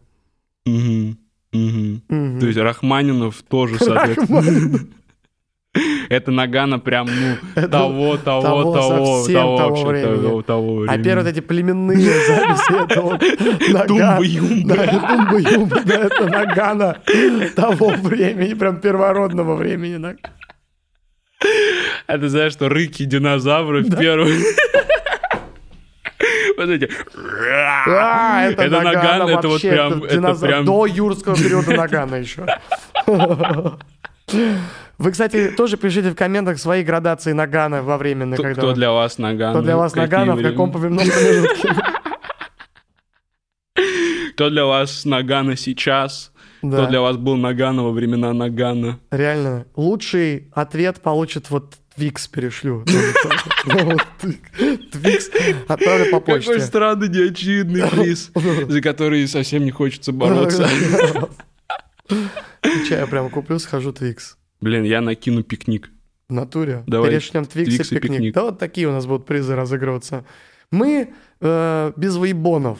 Мгм. Мгм. Мгм. То есть Рахманинов [laughs] тоже, соответственно. Рахманинов. [laughs] Это Нагана прям, ну, [laughs] Это того, того, того, того, того, совсем того вообще, времени. того, того А времени. первые вот эти [laughs] племенные записи, это вот Нагана. Тумба-юмба. Да, это Тумба-юмба, да, это Нагана того времени, прям первородного времени. да. А ты знаешь, что рыки динозавры в первую... [laughs] [laughs] Вот эти... А, это, Это Нагана, Нагана, это вот вообще, прям- это динозавр. прям- До юрского периода Нагана еще. Вы, кстати, тоже пишите в комментах свои градации Нагана во временно. Кто- когда Кто вы- для вас Наган? кто для вас Нагана, в каком временном промежутке. Кто для вас Нагана сейчас? Кто Да. для вас был Нагана во времена Нагана? Реально, лучший ответ получит вот Твикс перешлю. Ну, вот ты- Твикс отправлю по Какой почте. странный неочевидный [laughs] приз, за который совсем не хочется бороться. Чай прям куплю, схожу Твикс. Блин, я накину пикник. В натуре. Давай. Перешлем Твикс, и пикник. Да вот такие у нас будут призы разыгрываться. Мы э, без воебонов.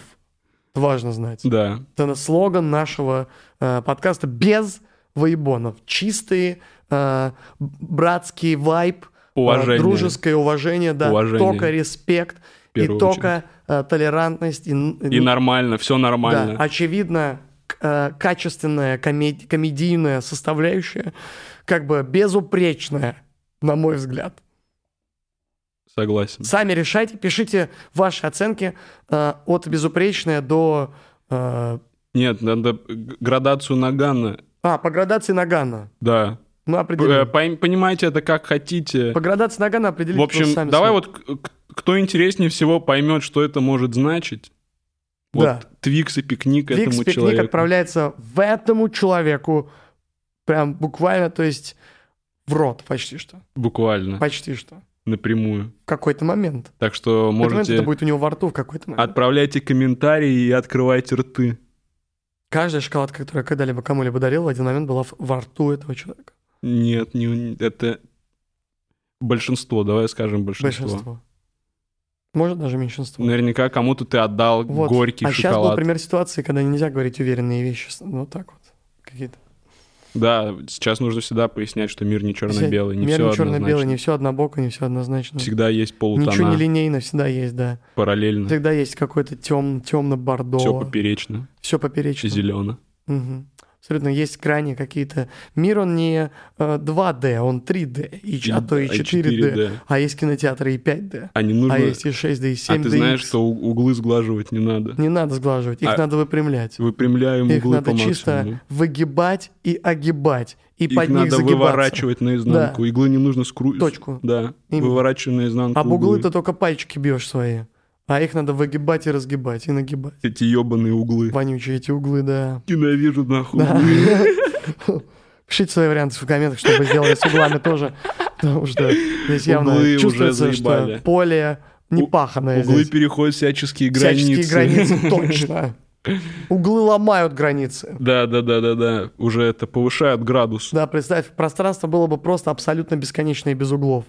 Это Важно знать. Да. Это слоган нашего э, подкаста «Без воебонов». Чистый э, братский вайб, э, Уважение. дружеское уважение, да, Уважение. только респект В первую и только э, толерантность. И, н- И нормально, все да, А нормально. очевидно, к- э, качественная комед- комедийная составляющая, как бы безупречная, на мой взгляд. Согласен. Сами решайте, пишите ваши оценки э, от безупречная до... э, Нет, надо г- градацию Нагана. а, по градации Нагана. Да. Ну, П- э, определим. пойм- Понимаете это как хотите. По градации Нагана определить. В общем, сами давай сами. вот к- к- кто интереснее всего поймет, что это может значить. Вот Да. Твикс и пикник Твикс этому пикник человеку. отправляется в этому человеку. Прям буквально, то есть в рот почти что. Буквально. Почти что. напрямую. В какой-то момент. Так что В какой-то момент можете... ну, это будет у него во рту в какой-то момент. Отправляйте комментарии и открывайте рты. Каждая шоколадка, которую я когда-либо кому-либо дарил, в один момент была в- во рту этого человека. Нет, не, это большинство, давай скажем большинство. Большинство. Может, даже меньшинство. Наверняка кому-то ты отдал Вот. горький а сейчас был шоколад. пример ситуации, когда нельзя говорить уверенные вещи. с- Вот так вот. Какие-то. Да, сейчас нужно всегда пояснять, что мир не черно-белый, не Мер все не черно-белый, однозначно. не все однобоко, не все однозначно. Всегда есть полутона Ничего не линейно всегда есть, да. параллельно, Всегда есть какое-то тем, все темно-бордово. поперечно, Все поперечно. зелено. Мгм. Абсолютно есть крайне какие-то. Мир он не э, 2D, он 3D, и, ч- а то и 4D. А есть кинотеатры и 5D. А не нужно... А есть и 6D, и 7D. а ты знаешь, что у- углы сглаживать не надо. Не надо сглаживать, их А- надо выпрямлять. Выпрямляем Ну, Их углы по надо максимуму. чисто выгибать и огибать. И Их под них надо загибаться. выворачивать наизнанку. Да. Иглы не нужно скрутить. Точку. Да. Именно. Выворачивай наизнанку Об углы А ты только пальчики бьешь свои. А их надо выгибать и разгибать, и нагибать. Эти ебаные углы. Вонючие эти углы, да. Ненавижу нахуй. Пишите свои варианты в комментах, что вы сделали с углами тоже. [laughs] Потому что здесь явно Углы уже чувствуется, что заебали. поле не У- паханое Углы здесь. переходят всяческие границы. Всяческие [laughs] границы, точно. Углы ломают границы. Да, да, да, да, да. Уже это повышает градус. Да, представь, пространство было бы просто абсолютно бесконечное и без углов.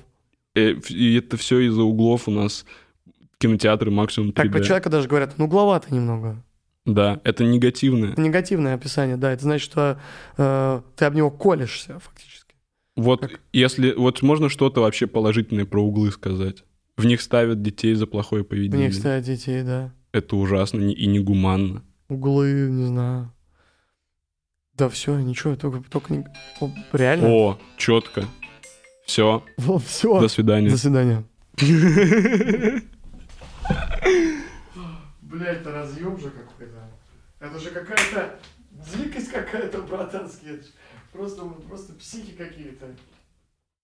Э, ф- И это все из-за углов у нас кинотеатры максимум 3D. Так про человека даже говорят, ну угловато немного. Да, это негативное. Это негативное описание, да. Это значит, что э, ты об него колешься фактически. Вот Как? если вот можно что-то вообще положительное про углы сказать. В них ставят детей за плохое В поведение. них стоят детей, да. Это ужасно не- и негуманно. Углы, не знаю. Да все, ничего, только, только не... О, реально? О, четко. Все, все. до свидания. До свидания. [laughs] Блять, это разъем же какой-то. Это же какая-то дикость какая-то, братанский. Это ж Просто, просто психи какие-то.